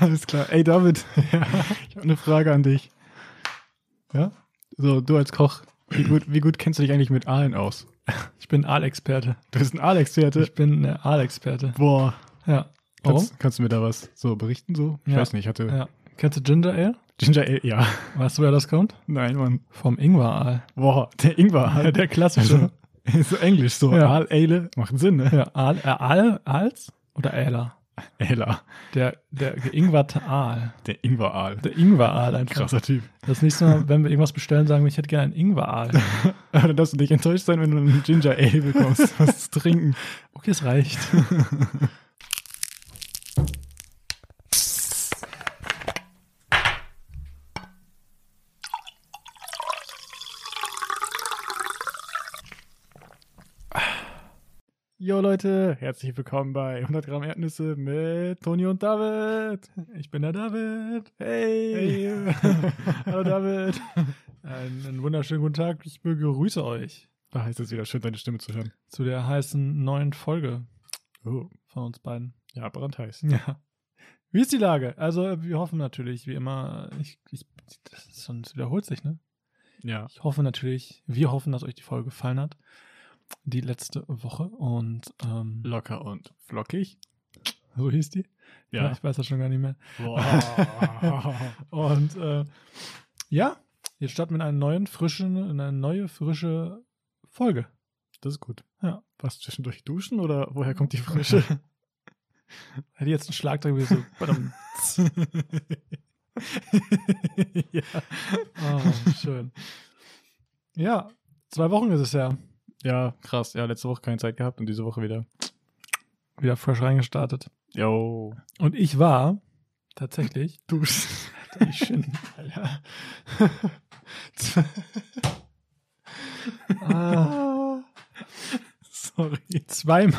Alles klar. Ey, David, ja, ich habe eine Frage an dich. Ja? So, du als Koch, wie gut, wie gut kennst du dich eigentlich mit Aalen aus? Ich bin Aalexperte. Du bist ein Aalexperte. Ich bin äh, Aalexperte. Boah. Ja. Warum? Kannst, kannst du mir da was so berichten? So? Ich Ja. weiß nicht, ich hatte Ja. Kennst du Ginger Ale? Ginger Ale, ja. Weißt du, woher das kommt? Nein, Mann. Vom Ingwer-Aal. Boah, der Ingwer. Ja, der klassische. Also, so englisch, so Ja. Aal, Ale. Macht Sinn, ne? Ja, Aal, äh, Aal, Aals oder Äler? Ela. Der, der geingwerte Aal. Der Ingwer-Aal. Der Ingwer-Aal einfach. Krasser Typ. Das nächste Mal, wenn wir irgendwas bestellen, sagen wir, ich hätte gerne einen Ingwer-Aal. Aber dann darfst du nicht enttäuscht sein, wenn du einen Ginger Ale bekommst, was zu trinken. Okay, es reicht. Jo Leute, herzlich willkommen bei 100 Gramm Erdnüsse mit Toni und David. Ich bin der David. Hey. Hallo David. Einen wunderschönen guten Tag. Ich begrüße euch Da heißt Ah, es wieder schön, deine Stimme zu hören. zu der heißen neuen Folge Oh, von uns beiden. ja, brandheiß. Ja. Wie ist die Lage? Also, wir hoffen natürlich, wie immer, ich, ich, das ist- sonst wiederholt sich, ne? Ja. Ich hoffe natürlich, wir hoffen, dass euch die Folge gefallen hat. Die letzte Woche und ähm, Locker und flockig. so hieß die. Ja. Ich weiß das schon gar nicht mehr. Boah. Und äh, ja, jetzt starten wir in einen neuen, frischen, in eine neue, frische Folge. das ist gut. Ja. Was zwischendurch duschen oder woher kommt die Frische? Hätte jetzt einen Schlag drin, wie so. badum. ja. Oh, schön. Ja, zwei Wochen ist es ja. ja, krass. Ja, letzte Woche keine Zeit gehabt und diese Woche wieder. Wieder fresh reingestartet. Yo. Und ich war tatsächlich. Duschen. Alter, ich bin- Alter. ah, Sorry. zweimal.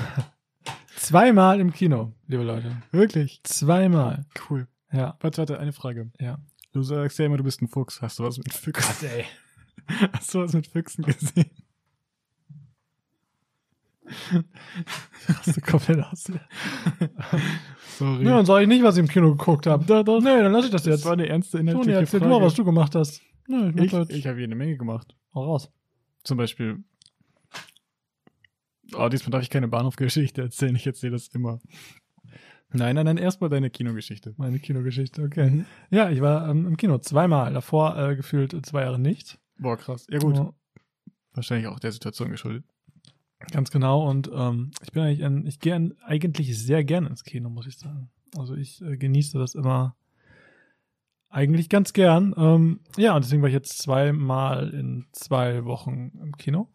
Zweimal im Kino, liebe Leute. Wirklich? Zweimal. Cool. Ja, Warte, warte, eine Frage. ja. Du sagst ja immer, du bist ein Fuchs. Hast du was mit Füchsen? ey. Hast du was mit Füchsen gesehen? Hast du komplett aus. Sorry. Ja, dann sag ich nicht, was ich im Kino geguckt habe. da, da, Nee, dann lass ich das das jetzt. war eine ernste Toni, inhaltliche erzähl Frage. du mal, was du gemacht hast. Nö, ich mach ich habe jede Menge gemacht. Hau raus. Zum Beispiel. Oh, diesmal darf ich keine Bahnhofgeschichte erzählen. Ich erzähle das immer. Nein, nein, nein, erstmal deine Kinogeschichte. Meine Kinogeschichte, okay. Mhm. Ja, ich war ähm, im Kino zweimal. Davor äh, gefühlt zwei Jahre nicht. Genau. Boah, krass. Ja, gut. Ja, Wahrscheinlich auch der Situation geschuldet. ganz genau. Und ähm, ich bin eigentlich, ein, ich gehe ein- eigentlich sehr gerne ins Kino, muss ich sagen. Also ich äh, genieße das immer eigentlich ganz gern. Ähm, ja, und deswegen war ich jetzt zweimal in zwei Wochen im Kino.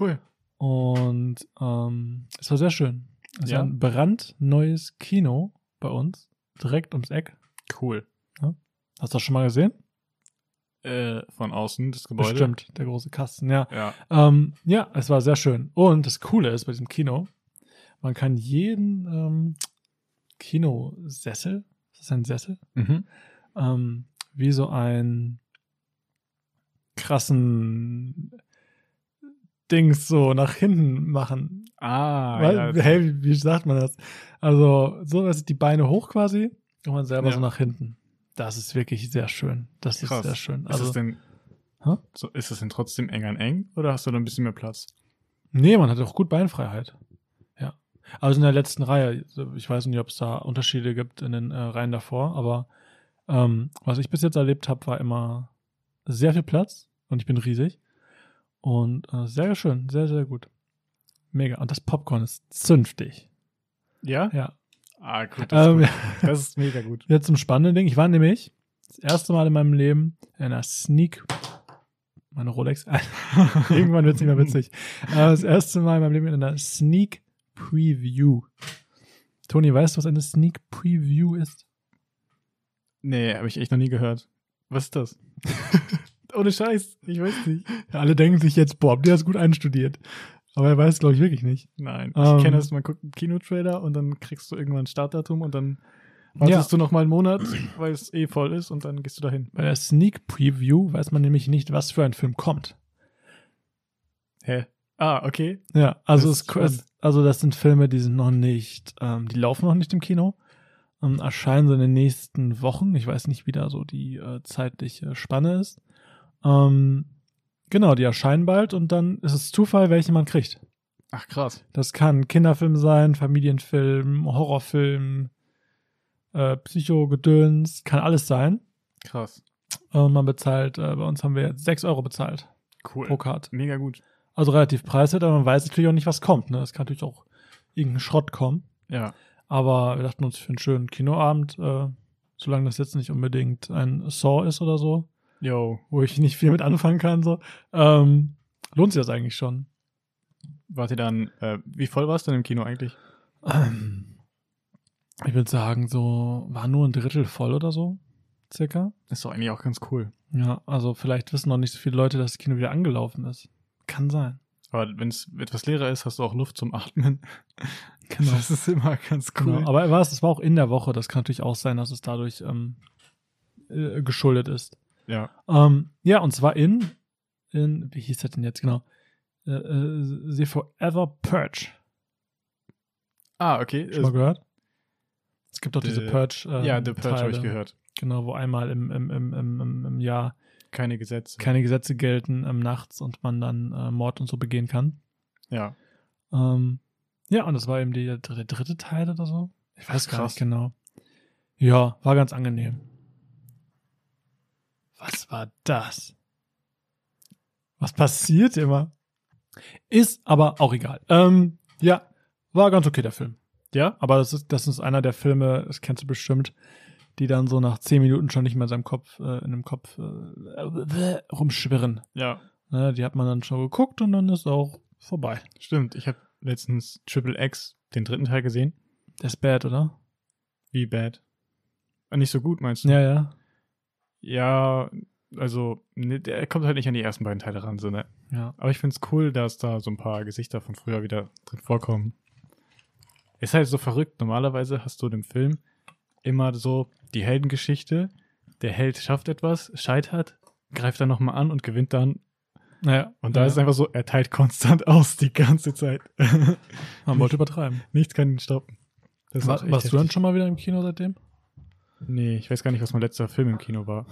Cool. Und ähm, es war sehr schön. Es Ja. war ein brandneues Kino bei uns, direkt ums Eck. Cool. Hast du das schon mal gesehen? Äh, von außen das Gebäude. Bestimmt, der große Kasten, ja. Ja. Ähm, ja, es war sehr schön. Und das Coole ist bei diesem Kino, man kann jeden ähm, Kinosessel, ist das ein Sessel? Mhm. Ähm, wie so einen krassen Dings so nach hinten machen. Ah, Weil, ja. hey, wie- wie sagt man das? Also, so dass die Beine hoch quasi und man selber Ja. so nach hinten. Das ist wirklich sehr schön. Das Krass. ist sehr schön. ist Also, es denn, Hä? so, ist es denn trotzdem eng an eng oder hast du da ein bisschen mehr Platz? nee, man hat auch gut Beinfreiheit. Ja. Also in der letzten Reihe, ich weiß nicht, ob es da Unterschiede gibt in den äh, Reihen davor, aber ähm, was ich bis jetzt erlebt habe, war immer sehr viel Platz und ich bin riesig. Und äh, sehr schön, sehr, sehr gut. Mega. Und das Popcorn ist zünftig. Ja? Ja. Ah, gut. Das, Ähm, ist gut. das ist mega gut. Jetzt zum spannenden Ding. Ich war nämlich das erste Mal in meinem Leben in einer Sneak. Meine Rolex. Irgendwann wird es nicht mehr witzig. Äh, Das erste Mal in meinem Leben in einer Sneak Preview. Toni, weißt du, was eine Sneak Preview ist? Nee, habe ich echt noch nie gehört. Was ist das? Ohne Scheiß. Ich weiß nicht. alle denken sich jetzt, boah, der ist gut einstudiert. Aber er weiß, glaube ich, wirklich nicht. Nein. Ähm. ich kenne das, man guckt einen Kinotrailer und dann kriegst du irgendwann ein Startdatum und dann wartest du noch mal einen Monat, weil es eh voll ist und dann gehst du dahin. Bei der Sneak Preview weiß man nämlich nicht, was für ein Film kommt. Hä? Ah, okay. Ja, also, Das es, ist spannend. also das sind Filme, die sind noch nicht, ähm, die laufen noch nicht im Kino. ähm, erscheinen so in den nächsten Wochen. Ich weiß nicht, wie da so die äh, zeitliche Spanne ist. Ähm, genau, die erscheinen bald und dann ist es Zufall, welche man kriegt. Ach, krass. Das kann Kinderfilm sein, Familienfilm, Horrorfilm, äh, Psychogedöns, kann alles sein. Krass. Äh, man bezahlt, äh, bei uns haben wir jetzt 6 Euro bezahlt Cool. pro Card. Mega gut. Also relativ preiswert, aber man weiß natürlich auch nicht, was kommt. Ne? Es kann natürlich auch irgendein Schrott kommen. Ja. Aber wir dachten uns für einen schönen Kinoabend, äh, solange das jetzt nicht unbedingt ein Saw ist oder so, Yo, wo ich nicht viel mit anfangen kann, so, ähm, lohnt sich das eigentlich schon. wart ihr dann, äh, wie voll warst du denn im Kino eigentlich? Ähm, ich würde sagen, so war nur ein Drittel voll oder so, circa. Ist doch eigentlich auch ganz cool. Ja, also vielleicht wissen noch nicht so viele Leute, dass das Kino wieder angelaufen ist. Kann sein. Aber wenn es etwas leerer ist, hast du auch Luft zum Atmen. Genau. Das ist immer ganz cool. Genau, aber was, es war auch in der Woche. Das kann natürlich auch sein, dass es dadurch ähm, äh, geschuldet ist. ja. Ähm, ja, und zwar in, in, wie hieß das denn jetzt genau? Äh, äh, The Forever Purge. Ah, okay. Schon mal Ist, gehört? Es gibt doch diese The- Purge. Äh, ja, The Purge habe Teile. ich gehört. Genau, wo einmal im, im, im, im, im, im Jahr Keine Gesetze. keine Gesetze gelten ähm, nachts und man dann äh, Mord und so begehen kann. ja. Ähm, ja, und das war eben die, der, dritte- dritte Teil oder so. Ich weiß gar Krass. nicht genau. Ja, war ganz angenehm. Was war das? Was passiert immer? Ist aber auch egal. Ähm, ja, war ganz okay, der Film. Ja? Aber das ist, das ist einer der Filme, das kennst du bestimmt, die dann so nach zehn Minuten schon nicht mehr in seinem Kopf, äh, in dem Kopf äh, rumschwirren. Ja. Ne, die hat man dann schon geguckt und dann ist auch vorbei. Stimmt. Ich habe letztens Triple X, den dritten Teil, gesehen. Der ist bad, oder? Wie bad. Ah, Nicht so gut, meinst du? Ja, ja. Ja, also, ne, der kommt halt nicht an die ersten beiden Teile ran, so, ne? Ja. Aber ich find's cool, dass da so ein paar Gesichter von früher wieder drin vorkommen. Ist halt so verrückt. Normalerweise hast du in dem Film immer so die Heldengeschichte. Der Held schafft etwas, scheitert, greift dann nochmal an und gewinnt dann. Naja. Und da ja. ist es einfach so, er teilt konstant aus die ganze Zeit. Man wollte übertreiben. Nichts kann ihn stoppen. Das ist War, auch echt warst du dann heftig. schon mal wieder im Kino seitdem? Nee, ich weiß gar nicht, was mein letzter Film im Kino war.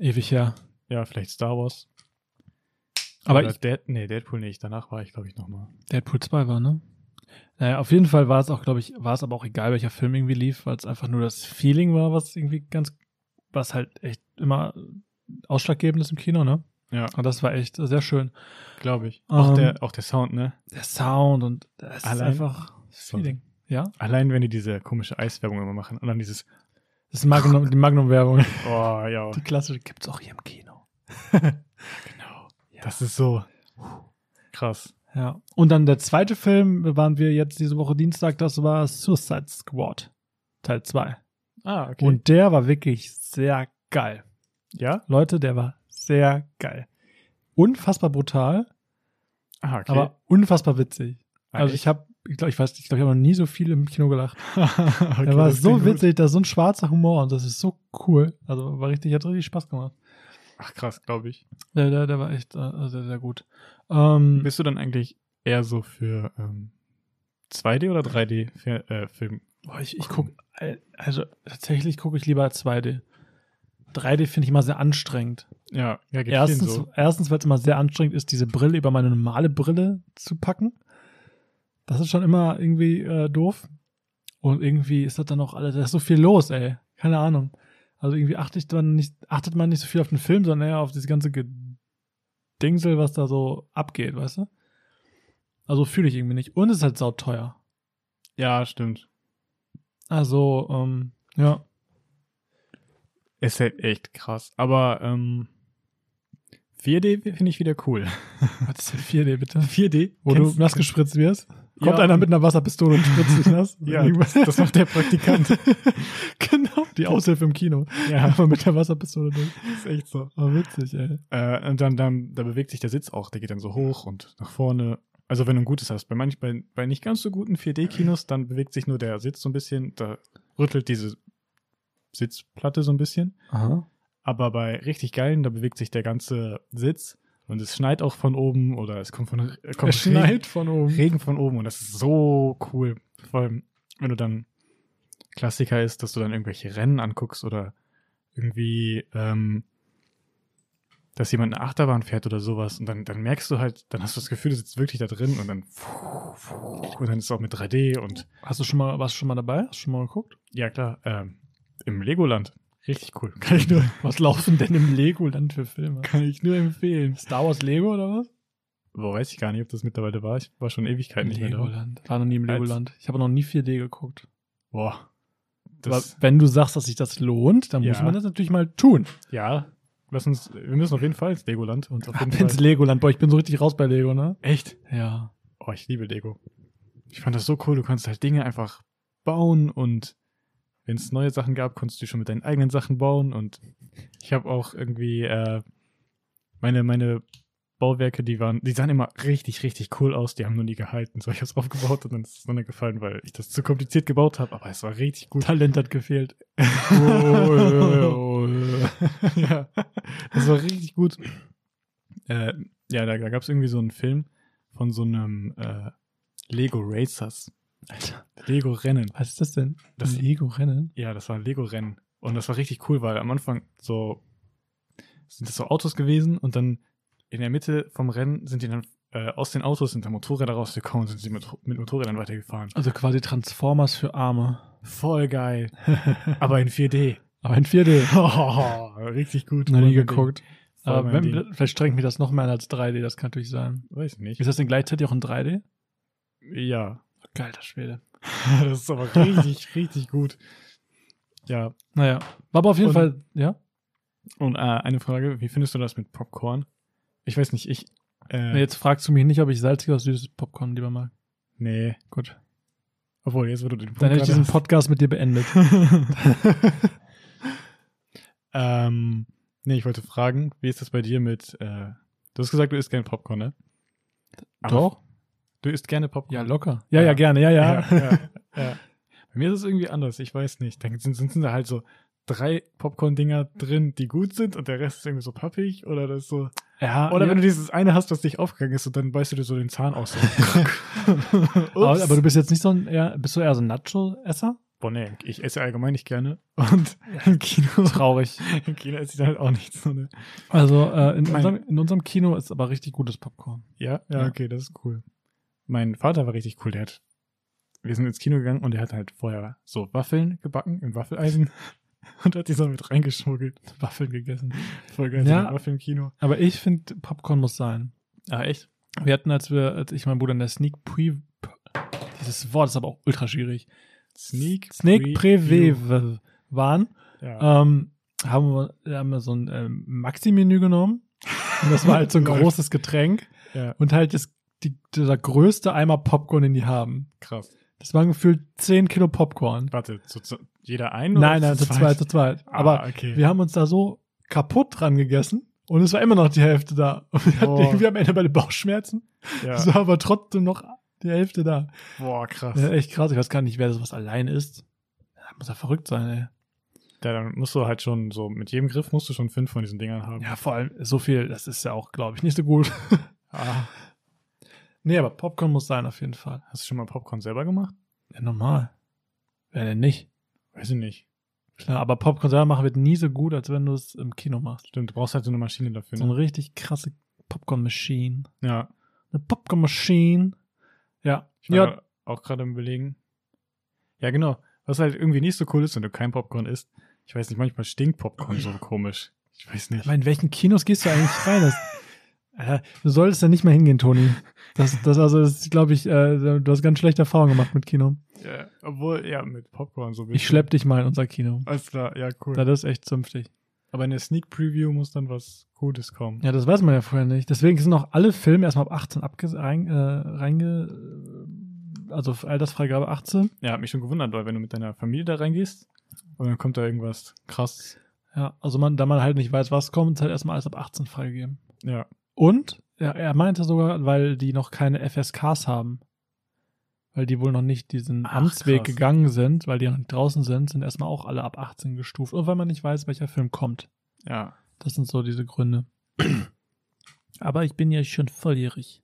Ewig her. Ja, vielleicht Star Wars. Aber Oder ich, Dead, nee, Deadpool nicht. Danach war ich, glaube ich, nochmal. Deadpool 2 war, ne? Naja, auf jeden Fall war es auch, glaube ich, war es aber auch egal, welcher Film irgendwie lief, weil es einfach nur das Feeling war, was irgendwie ganz, was halt echt immer ausschlaggebend ist im Kino, ne? Ja, Und das war echt sehr schön. glaube ich. Auch, Ähm, der, auch der Sound, ne? Der Sound und das ist Allein- einfach Sorry. Feeling. Ja? Allein wenn die diese komische Eiswerbung immer machen und dann dieses, Das ist Magnum, die Magnum-Werbung. oh ja, Die klassische gibt's auch hier im Kino. genau. Ja. Das ist so krass. Ja. Und dann der zweite Film, waren wir jetzt diese Woche Dienstag, das war Suicide Squad, Teil 2. Ah, Und Und der war wirklich sehr geil. ja? Leute, der war sehr geil. Unfassbar brutal, Ah, okay. aber unfassbar witzig. also ich habe habe, ich glaube, ich weiß nicht, ich glaube, ich habe noch nie so viel im Kino gelacht. okay, der war das so klingt gut. witzig, da ist so ein schwarzer Humor und das ist so cool. Also war richtig, hat richtig Spaß gemacht. Ach krass, glaube ich. Der, der, der war echt äh, sehr, sehr gut. Ähm, Bist du dann eigentlich eher so für ähm, 2D oder 3D Fe- äh, Film? Boah, ich, ich guck, also tatsächlich gucke ich lieber 2D. 3D finde ich immer sehr anstrengend. Ja, ja, geht Erstens, so. erstens weil es immer sehr anstrengend ist, diese Brille über meine normale Brille zu packen. Das ist schon immer irgendwie äh, doof. Und irgendwie ist das dann auch alles, da ist so viel los, ey. Keine Ahnung. Also irgendwie achte ich dann nicht, achtet man nicht so viel auf den Film, sondern eher auf dieses ganze Gedingsel, was da so abgeht, weißt du? Also fühle ich irgendwie nicht. Und es ist halt sauteuer. Ja, stimmt. Also, ähm, ja. Ist halt echt krass. Aber ähm, 4D finde ich wieder cool. Was ist denn 4D, bitte? 4D? Wo Kennst- du nass gespritzt wirst? Ja. Kommt einer mit einer Wasserpistole und spritzt dich nass? Ja, das macht der Praktikant. genau, die Aushilfe im Kino. ja, Einfach mit der Wasserpistole durch. ist echt so. Oh, witzig, ey. Äh, und dann, dann da bewegt sich der Sitz auch, der geht dann so hoch und nach vorne. Also wenn du ein gutes hast. Bei manch, bei, bei nicht ganz so guten 4D-Kinos, dann bewegt sich nur der Sitz so ein bisschen, da rüttelt diese Sitzplatte so ein bisschen. Aha. Aber bei richtig geilen, da bewegt sich der ganze Sitz und es schneit auch von oben oder es kommt von äh, kommt Er schneit von Regen, oben. Regen von oben und das ist so cool. Vor allem, wenn du dann Klassiker ist, dass du dann irgendwelche Rennen anguckst oder irgendwie, ähm, dass jemand eine Achterbahn fährt oder sowas und dann, dann merkst du halt, dann hast du das Gefühl, du sitzt wirklich da drin und dann und dann ist es auch mit 3D und Hast du schon mal, warst du schon mal dabei? Hast du schon mal geguckt? ja klar, ähm, im Legoland. Richtig cool. Kann ich nur, Was laufen denn im Legoland für Filme? kann ich nur empfehlen. Star Wars Lego oder was? Boah, weiß ich gar nicht, ob das mittlerweile war. Ich war schon Ewigkeiten nicht mehr da. Äh, Legoland. War noch nie im Als- Legoland. Ich habe noch nie 4D geguckt. Boah. Aber Das, wenn du sagst, dass sich das lohnt, dann Ja. muss man das natürlich mal tun. ja, lass uns, wir müssen auf jeden Fall ins Legoland und auf jeden Ab ins Fall. Legoland. Boah, ich bin so richtig raus bei Lego, ne? Echt? Ja. Oh, ich liebe Lego. Ich fand das so cool. Du konntest halt Dinge einfach bauen und wenn es neue Sachen gab, konntest du schon mit deinen eigenen Sachen bauen. Und ich habe auch irgendwie äh, meine, meine Bauwerke, die waren, die sahen immer richtig, richtig cool aus. Die haben nur nie gehalten. So, ich habe es aufgebaut und dann ist es runtergefallen, weil ich das zu kompliziert gebaut habe. Aber es war richtig gut. Talent hat gefehlt. Oh, ja, das war richtig gut. Äh, ja, da, da gab es irgendwie so einen Film von so einem äh, Lego Racers. Alter. Mhm. Lego Rennen. Was ist das denn? Das- Lego-Rennen? Ja, das war ein Lego Rennen. Und das war richtig cool, weil am Anfang so sind das so Autos gewesen und dann in der Mitte vom Rennen sind die dann äh, aus den Autos sind dann Motorräder rausgekommen und sind sie mit, mit Motorrädern weitergefahren. Also quasi Transformers für Arme. Voll geil. Aber in 4D. Aber in 4D. Oh, richtig gut. Noch nie Voll mein geguckt. Ding. Voll Aber mein Ding. wenn, vielleicht strengt mich das noch mehr an als 3D, das kann natürlich sein. Weiß nicht. Ist das denn gleichzeitig auch in 3D? Ja. Geiler Schwede. Das ist aber richtig, richtig gut. Ja. Naja. War aber auf jeden Und- Fall, ja? Und äh, eine Frage, wie findest du das mit Popcorn? Ich weiß nicht, ich. Äh, Nee, Jetzt fragst du mich nicht, ob ich salzig oder süßes Popcorn lieber mag. Nee. Gut. Obwohl, jetzt würde den Dann hätte ich diesen gerade Podcast mit dir beendet. hast. ähm, nee, ich wollte fragen, wie ist das bei dir mit. Äh, du hast gesagt, du isst gerne Popcorn, ne? Aber Doch? Du isst gerne Popcorn. Ja, locker. Ja, ja, Ja. gerne, ja, ja. ja, ja. Bei mir ist es irgendwie anders, ich weiß nicht. Dann sind, sind, sind da halt so drei Popcorn-Dinger drin, die gut sind und der Rest ist irgendwie so pappig oder das ist so. Ja, Oder Ah, ja. wenn du dieses eine hast, was dich aufgegangen ist und dann beißt du dir so den Zahn aus. So. aber, aber du du bist jetzt nicht so ein, eher, bist du eher so ein Nacho-Esser? Boah, nee, ich esse allgemein nicht gerne. Und im Kino, Traurig. im Kino esse ich dann halt auch nichts. So ne? Also äh, in, Mein- unserem, in unserem Kino ist aber richtig gutes Popcorn. ja, ja, Ja. okay, das ist cool. Mein Vater war richtig cool, der hat. Wir sind ins Kino gegangen und der hat halt vorher so Waffeln gebacken im Waffeleisen und hat die so mit reingeschmuggelt. Waffeln gegessen. Voll geil, Ja. so eine Waffel im Kino. Aber ich finde, Popcorn muss sein. Ah, echt? Wir hatten, als wir, als ich mein Bruder in der Sneak Pre... Dieses Wort ist aber auch ultra schwierig. Sneak, Sneak Preview. Preview waren, Ja. ähm, haben, wir, haben wir so ein ähm, Maxi-Menü genommen. Und das war halt so ein Läuft. großes Getränk. ja, Und halt das, die, dieser größte Eimer Popcorn, den die haben. krass. Das waren gefühlt 10 Kilo Popcorn. Warte, zu, zu, jeder ein? oder Nein, nein, zu zweit? zweit, zu zweit. Aber ah, okay. wir haben uns da so kaputt dran gegessen und es war immer noch die Hälfte da. Und wir hatten Boah. irgendwie am Ende beide Bauchschmerzen. Oh. ja. Es war aber trotzdem noch die Hälfte da. Boah, krass. Das ist echt krass. Ich weiß gar nicht, wer sowas allein ist. Muss ja verrückt sein, ey. Ja, dann musst du halt schon so, mit jedem Griff musst du schon fünf von diesen Dingern haben. Ja, vor allem so viel, das ist ja auch, glaube ich, nicht so gut. Ah, nee, aber Popcorn muss sein auf jeden Fall. hast du schon mal Popcorn selber gemacht? Ja, normal. Wer denn nicht? Weiß ich nicht. Klar, aber Popcorn selber machen wird nie so gut, als wenn du es im Kino machst. Stimmt, du brauchst halt so eine Maschine dafür. So eine Ne? richtig krasse Popcorn-Machine. Ja. Eine Popcorn-Machine. Ja. Ich war Ja, grad auch gerade im Belegen. Ja, genau. Was halt irgendwie nicht so cool ist, wenn du kein Popcorn isst. Ich weiß nicht, manchmal stinkt Popcorn so komisch. Ich weiß nicht. aber in welchen Kinos gehst du eigentlich rein? Das, Alter, du solltest da nicht mehr hingehen, Toni. Das, das also, das ist, glaube ich, äh, du hast ganz schlechte Erfahrungen gemacht mit Kino. Ja, obwohl, ja, mit Popcorn so ein Ich schlepp dich mal in unser Kino. Alles klar, ja, cool. Das ist echt zünftig. Aber in der Sneak Preview muss dann was Gutes kommen. Ja, das weiß man ja vorher nicht. Deswegen sind auch alle Filme erstmal ab 18 abge rein, äh, reinge. Also Altersfreigabe 18. Ja, hat mich schon gewundert, weil wenn du mit deiner Familie da reingehst und dann kommt da irgendwas krass. Ja, also man, da man halt nicht weiß, was kommt, ist halt erstmal alles ab 18 freigegeben. Ja. Und ja, er meinte sogar, weil die noch keine FSKs haben. Weil die wohl noch nicht diesen Ach, Amtsweg krass. gegangen sind, weil die noch nicht draußen sind, sind erstmal auch alle ab 18 gestuft. Und weil man nicht weiß, welcher Film kommt. Ja. Das sind so diese Gründe. Aber ich bin ja schon volljährig.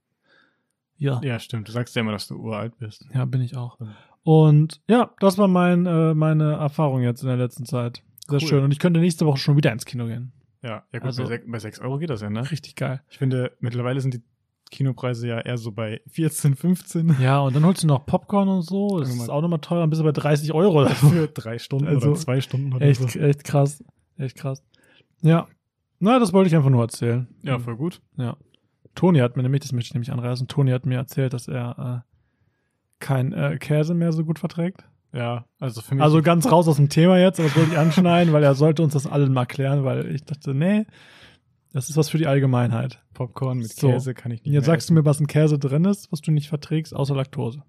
Ja. Ja, stimmt. Du sagst ja immer, dass du uralt bist. Ja, bin ich auch. Ja. Und ja, das war mein, äh, meine Erfahrung jetzt in der letzten Zeit. Sehr Cool. schön. Und ich könnte nächste Woche schon wieder ins Kino gehen. Ja, ja gut, Also- bei, sech, bei 6 Euro geht das ja, ne? Richtig geil. Ich finde, mittlerweile sind die Kinopreise ja eher so bei 14, 15 Ja, und dann holst du noch Popcorn und so. Das Guck ist mal. auch nochmal teuer. Dann bist du bei 30 Euro oder so. für drei Stunden Also, oder zwei Stunden oder so. Echt, echt krass. Echt krass. Ja. Na, das wollte ich einfach nur erzählen. Ja, voll gut. Toni hat mir nämlich, das möchte ich nämlich anreißen, Toni hat mir erzählt, dass er äh, kein äh, Käse mehr so gut verträgt. Ja, also für mich. Also ganz raus aus dem Thema jetzt, aber das wollte ich anschneiden, weil er sollte uns das allen mal klären, weil ich dachte, nee, das ist was für die Allgemeinheit. Popcorn mit So. Käse kann ich nicht. Und jetzt mehr sagst du mir, was in Käse drin ist, was du nicht verträgst, außer Laktose.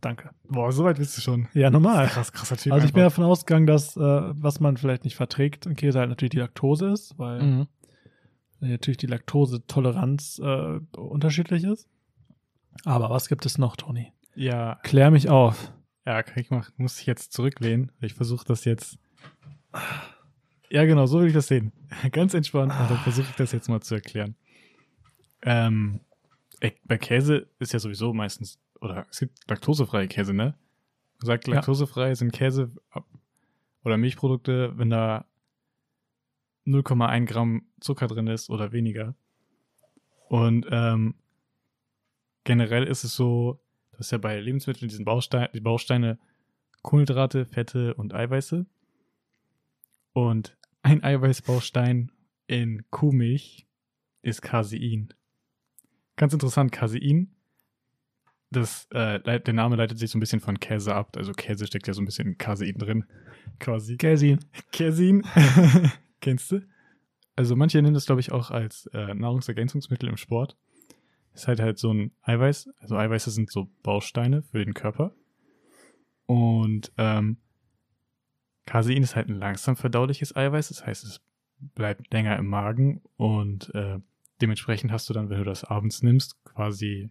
Danke. essen. Boah, so weit bist du schon. Ja, normal. Krass, krasser Typ. Also ich bin einfach. davon ausgegangen, dass äh, was man vielleicht nicht verträgt in Käse halt natürlich die Laktose ist, weil Mhm. natürlich die Laktosetoleranz äh, unterschiedlich ist. Aber was gibt es noch, Toni? Ja, Klär mich auf. ja, kann ich machen. Muss ich jetzt zurücklehnen. Ich versuche das jetzt. Ja, genau, so will ich das sehen. Ganz entspannt. Und dann versuche ich das jetzt mal zu erklären. Ähm, ey, bei Käse ist ja sowieso meistens, oder es gibt laktosefreie Käse, ne? Man sagt, Ja. laktosefrei sind Käse oder Milchprodukte, wenn da 0,1 Gramm Zucker drin ist oder weniger. Und ähm, generell ist es so, dass ja bei Lebensmitteln diesen Baustein, die Bausteine Kohlenhydrate, Fette und Eiweiße. Und ein Eiweißbaustein in Kuhmilch ist Casein. Ganz interessant, Casein. Das, äh, leit- der Name leitet sich so ein bisschen von Käse ab. Also Käse steckt ja so ein bisschen in Casein drin. Quasi. Käse. Kesin. Kennst du? Also manche nehmen das, glaube ich, auch als äh, Nahrungsergänzungsmittel im Sport. Ist halt halt so ein Eiweiß. Also Eiweiße sind so Bausteine für den Körper. Und ähm, Casein ist halt ein langsam verdauliches Eiweiß. Das heißt, es bleibt länger im Magen und äh, dementsprechend hast du dann, wenn du das abends nimmst, quasi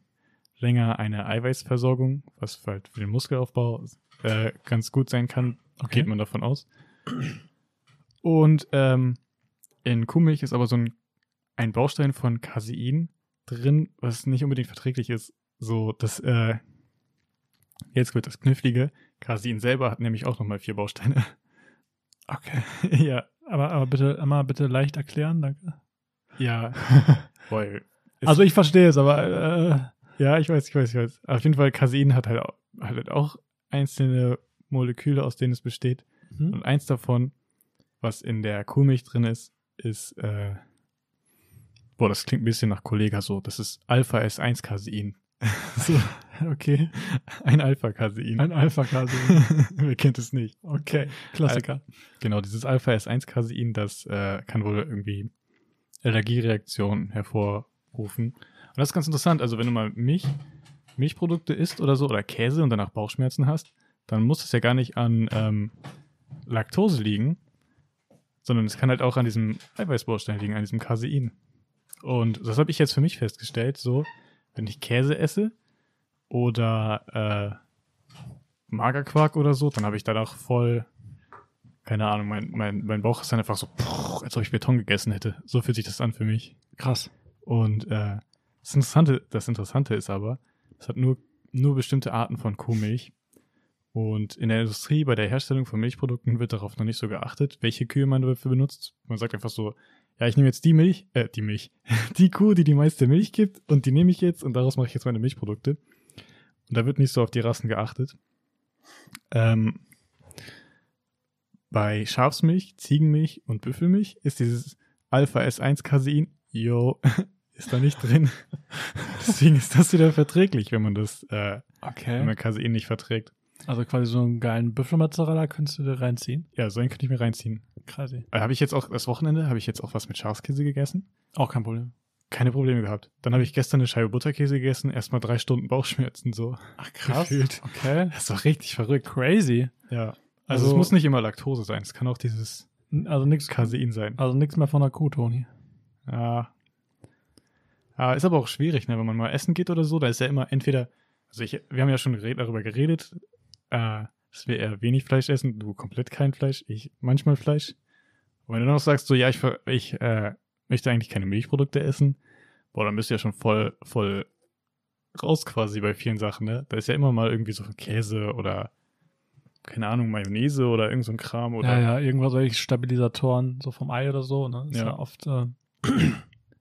länger eine Eiweißversorgung, was halt für den Muskelaufbau äh, ganz gut sein kann, Okay. geht man davon aus. Und ähm, in Kuhmilch ist aber so ein, ein Baustein von Casein drin, was nicht unbedingt verträglich ist. So, das, äh, jetzt wird das Knifflige. Casein selber hat nämlich auch nochmal vier Bausteine. Okay. ja, Aber, aber bitte, immer bitte leicht erklären, danke. ja. Boy. Ist- Also ich verstehe es, aber Ja, ich weiß, ich weiß, ich weiß. Auf jeden Fall, Casein hat halt, au- hat halt auch einzelne Moleküle, aus denen es besteht. äh, hm? Und eins davon, was in der Kuhmilch drin ist, ist, äh, boah, das klingt ein bisschen nach Kollega so. Das ist Alpha-S1-Casein. so, okay. ein Alpha-Casein. Ein Alpha-Käse. Wer kennt es nicht? Okay, Klassiker. Genau, dieses Alpha-S1-Casein, das äh, kann wohl irgendwie Allergiereaktionen hervorrufen. Und das ist ganz interessant. Also, wenn du mal Milch, Milchprodukte isst oder so oder Käse und danach Bauchschmerzen hast, dann muss es ja gar nicht an ähm, Laktose liegen, sondern es kann halt auch an diesem Eiweißbaustein liegen, an diesem Casein. Und das habe ich jetzt für mich festgestellt, so, wenn ich Käse esse oder äh, Magerquark oder so, dann habe ich danach voll, keine Ahnung, mein, mein, mein Bauch ist dann einfach so, pff, als ob ich Beton gegessen hätte. So fühlt sich das an für mich. Äh, Krass. Und äh, das, Interessante, das Interessante ist aber, es hat nur, nur bestimmte Arten von Kuhmilch. Und in der Industrie, bei der Herstellung von Milchprodukten, wird darauf noch nicht so geachtet, welche Kühe man dafür benutzt. Man sagt einfach so, ja, ich nehme jetzt die Milch, äh, die Milch, die Kuh, die die meiste Milch gibt und die nehme ich jetzt und daraus mache ich jetzt meine Milchprodukte. Und da wird nicht so auf die Rassen geachtet. Ähm, bei Schafsmilch, Ziegenmilch und Büffelmilch ist dieses Alpha-S1-Casein, yo, ist da nicht drin. Deswegen ist das wieder verträglich, wenn man das, äh, wenn Okay. man Casein nicht verträgt. Also quasi so einen geilen Büffelmozzarella könntest du dir reinziehen. Ja, so einen könnte ich mir reinziehen. Crazy. Äh, habe ich jetzt auch, das Wochenende habe ich jetzt auch was mit Schafskäse gegessen. Auch kein Problem. Keine Probleme gehabt. Dann habe ich gestern eine Scheibe Butterkäse gegessen, erstmal drei Stunden Bauchschmerzen so. Ach krass. Okay. Das war richtig verrückt. Crazy. Ja. Also, Also- es muss nicht immer Laktose sein, es kann auch dieses Also nichts Casein sein. also nix mehr von der Kuh, Toni. Ja. ja. Ist aber auch schwierig, ne? wenn man mal essen geht oder so, da ist ja immer entweder, also ich, wir haben ja schon gered, darüber geredet, äh, dass wir eher wenig Fleisch essen, du komplett kein Fleisch, ich manchmal Fleisch. Und wenn du dann noch sagst, so, ja, ich, ver- ich äh, möchte eigentlich keine Milchprodukte essen, boah, dann bist du ja schon voll, voll raus quasi bei vielen Sachen, ne? Da ist ja immer mal irgendwie so Käse oder keine Ahnung, Mayonnaise oder irgend so ein Kram oder ja, ja, irgendwas solche Stabilisatoren, so vom Ei oder so, ne? Ist ja, Ja. oft. Äh,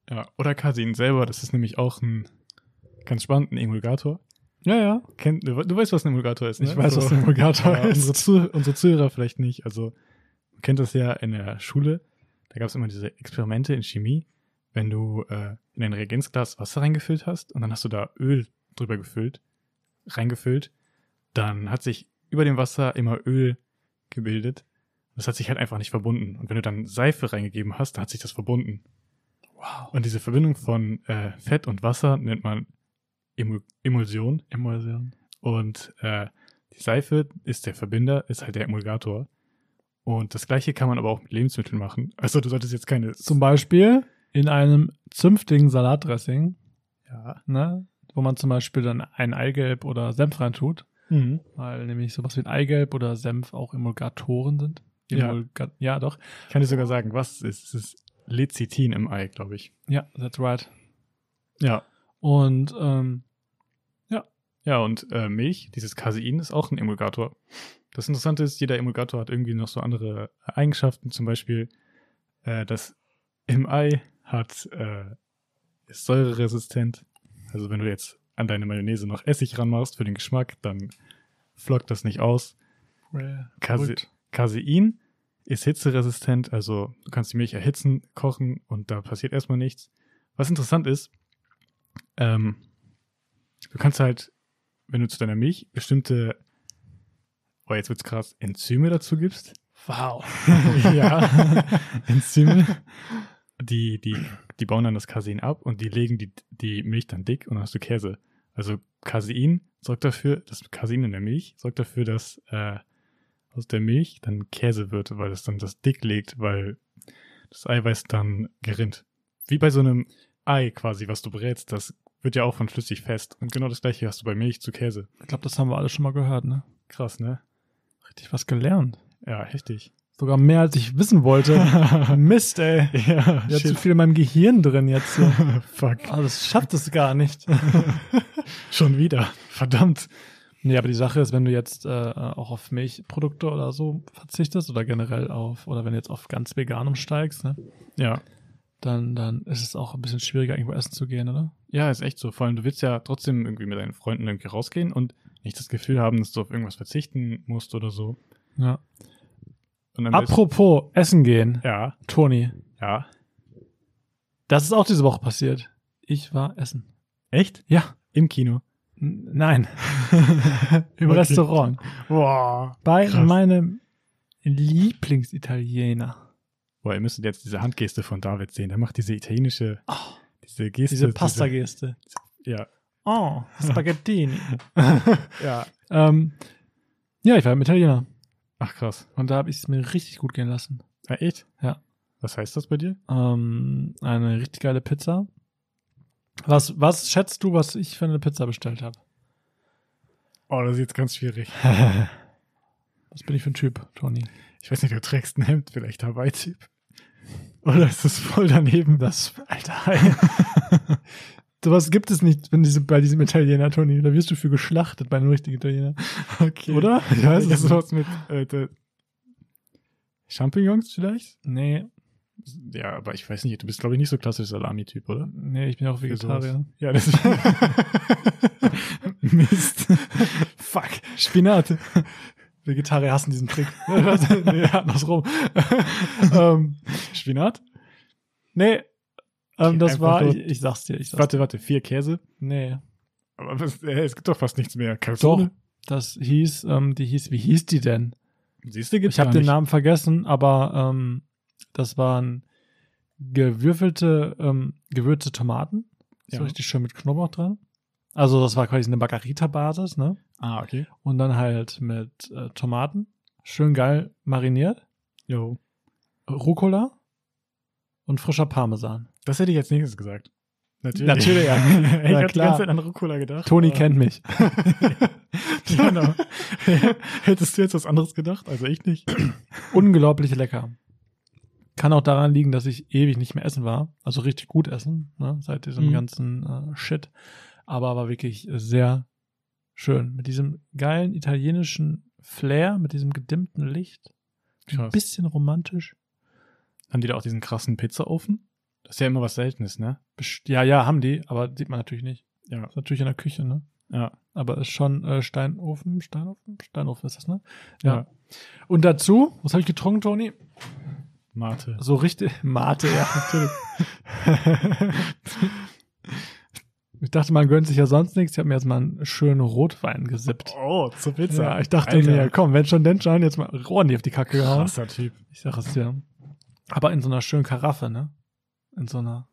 Ja, oder Casein selber, das ist nämlich auch ein ganz spannend, ein Emulgator. ja, ja. Kennt, du, du weißt, was ein Emulgator ist, ne? Ich weiß, was ein Emulgator aber ist. Unsere, Zuh unsere Zuhörer vielleicht nicht. Also, man kennt das ja in der Schule. Da gab es immer diese Experimente in Chemie, wenn du äh, in ein Reagenzglas Wasser reingefüllt hast und dann hast du da Öl drüber gefüllt, reingefüllt, dann hat sich über dem Wasser immer Öl gebildet. Das hat sich halt einfach nicht verbunden. Und wenn du dann Seife reingegeben hast, dann hat sich das verbunden. Wow. Und diese Verbindung von äh, Fett und Wasser nennt man Emu- Emulsion. Emulsion. Und äh, die Seife ist der Verbinder, ist halt der Emulgator. Und das gleiche kann man aber auch mit Lebensmitteln machen. Also du solltest jetzt keine Zum Beispiel in einem zünftigen Salatdressing, ja. ne? Wo man zum Beispiel dann ein Eigelb oder Senf reintut, Mhm. weil nämlich sowas wie ein Eigelb oder Senf auch Emulgatoren sind. Ja. Emulga ja, doch. Ich kann dir sogar sagen, was es ist. Es ist Lecithin im Ei, glaube ich. Ja, that's right. Ja. Und ähm, Ja, und äh, Milch, dieses Casein, ist auch ein Emulgator. Das Interessante ist, jeder Emulgator hat irgendwie noch so andere äh, Eigenschaften. Zum Beispiel, äh, das im Ei hat, äh, ist säureresistent. Also wenn du jetzt an deine Mayonnaise noch Essig ranmachst für den Geschmack, dann flockt das nicht aus. Case verrückt. Casein ist hitzeresistent, also du kannst die Milch erhitzen, kochen und da passiert erstmal nichts. Was interessant ist, ähm, du kannst halt, wenn du zu deiner Milch bestimmte, oh jetzt wird's krass, Enzyme dazu gibst, wow. ja, Enzyme, die, die, die bauen dann das Casein ab und die legen die, die Milch dann dick und dann hast du Käse. Also Casein sorgt dafür, das Casein in der Milch sorgt dafür, dass äh, aus der Milch dann Käse wird, weil es dann das dick legt, weil das Eiweiß dann gerinnt. Wie bei so einem Ei quasi, was du brätst, das wird ja auch von flüssig fest. Und genau das gleiche hast du bei Milch zu Käse. Ich glaube, das haben wir alle schon mal gehört, ne? Krass, ne? Richtig was gelernt. Ja, heftig. Sogar mehr, als ich wissen wollte. Mist, ey. ja, Ich hab zu shit. viel in meinem Gehirn drin jetzt. So. Fuck. Ah, das schafft es gar nicht. Schon wieder. Verdammt. nee, aber die Sache ist, wenn du jetzt äh, auch auf Milchprodukte oder so verzichtest oder generell auf, oder wenn du jetzt auf ganz vegan umsteigst, ne, Ja. dann, dann ist es auch ein bisschen schwieriger, irgendwo essen zu gehen, oder? Ja, ist echt so. Vor allem, du willst ja trotzdem irgendwie mit deinen Freunden irgendwie rausgehen und nicht das Gefühl haben, dass du auf irgendwas verzichten musst oder so. Ja. Und am besten- Apropos Essen gehen, Ja, Toni, ja. das ist auch diese Woche passiert. Ich war essen. Echt? Ja. Im Kino. N nein. Im Okay. Restaurant. Boah. Bei Krass. meinem Lieblingsitaliener. Boah, ihr müsstet jetzt diese Handgeste von David sehen. Der macht diese italienische, Oh, diese Geste. diese Pasta-Geste. Ja. Oh, Spaghettini. Ja. ähm, ja, ich war im Italiener. Ach, krass. Und da habe ich es mir richtig gut gehen lassen. Ja, echt? Ja. Was heißt das bei dir? Ähm, eine richtig geile Pizza. Was, was schätzt du, was ich für eine Pizza bestellt habe? Oh, das ist jetzt ganz schwierig. Was bin ich für ein Typ, Toni? Ich weiß nicht, du trägst ein Hemd, vielleicht Hawaii-Tipp. Oder ist das voll daneben? Das, Alter. Sowas gibt es nicht wenn diese, bei diesem Italiener, Toni. Da wirst du für geschlachtet bei einem richtigen Italiener. Okay. Oder? Ich weiß es nicht. was mit äh, der- Champignons vielleicht? Nee, Ja, aber ich weiß nicht, du bist glaube ich nicht so klassisch Salami-Typ, oder? nee, ich bin auch Für sowas. Vegetarier. Ja, das Mist. Fuck. Spinat. Vegetarier hassen diesen Trick. nee, andersrum. ähm, Spinat? nee, ähm, Okay, das einfach war, nur- ich, ich sag's dir, ich sag's Warte, warte, vier Käse. dir. Nee, Aber was, äh, es gibt doch fast nichts mehr. doch. Kalzone? Das hieß, ähm, die hieß, wie hieß die denn? Siehst du, gibt's ich habe gar den nicht. Namen vergessen, aber ähm, das waren gewürfelte, ähm, gewürzte Tomaten. Ja. So richtig schön mit Knoblauch dran. Also das war quasi eine Margarita-Basis, ne? Ah, okay. Und dann halt mit äh, Tomaten. Schön geil mariniert. Jo. Rucola und frischer Parmesan. Das hätte ich jetzt nächstes gesagt. Natürlich. Natürlich, ja. ich Na hatte die klar. ganze Zeit an Rucola gedacht. Toni aber- kennt mich. genau. Hättest du jetzt was anderes gedacht? Also ich nicht. Unglaublich lecker. Kann auch daran liegen, dass ich ewig nicht mehr essen war. Also richtig gut essen, ne? seit diesem Mhm. ganzen äh, Shit. Aber war wirklich sehr schön. Mit diesem geilen italienischen Flair mit diesem gedimmten Licht. Ein Krass. bisschen romantisch. Haben die da auch diesen krassen Pizzaofen? Das ist ja immer was Seltenes, ne? Best- Ja, ja, haben die, aber sieht man natürlich nicht. Ja. Ist natürlich in der Küche, ne? Ja. Aber ist schon äh, Steinofen, Steinofen, Steinofen ist das, ne? Ja. Und dazu, was habe ich getrunken, Toni? Mate. So richtig, Mate, ja, natürlich. ich dachte, man gönnt sich ja sonst nichts. Ich habe mir jetzt mal einen schönen Rotwein gesippt. Oh, zur Ja, ich dachte mir, komm, wenn schon, denn schon, jetzt mal Rohren auf die Kacke gehauen. krasser Typ. Ich sag es dir. Aber in so einer schönen Karaffe, ne? In so einer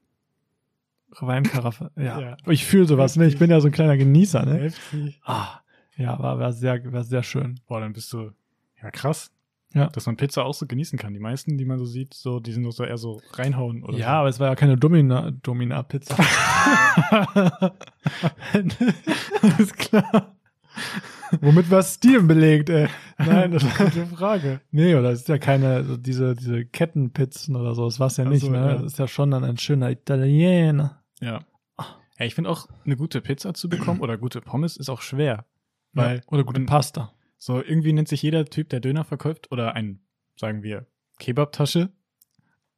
Weinkaraffe. Ja. Ja. Ich fühle sowas, ne? Ich bin ja so ein kleiner Genießer, ne? Heftig. Ah, ja, war, war, sehr, war sehr schön. Boah, dann bist du. Ja, krass. Ja. Dass man Pizza auch so genießen kann. Die meisten, die man so sieht, so, die sind doch so eher so reinhauen oder ja, aber es war ja keine Domina- Domina-Pizza. Alles klar. Womit war Steven belegt, ey? so. Nein, das war eine Frage. Nee, oder es ist ja keine, so diese, diese Kettenpizzen oder so, das war es ja Ach nicht, so, ne? ja. Das ist ja schon dann ein schöner Italiener. Ja. ja ich finde auch, eine gute Pizza zu bekommen oder gute Pommes ist auch schwer. Weil Ja, oder gute Pasta. So, irgendwie nennt sich jeder Typ, der Döner verkauft, oder ein, sagen wir, Kebabtasche.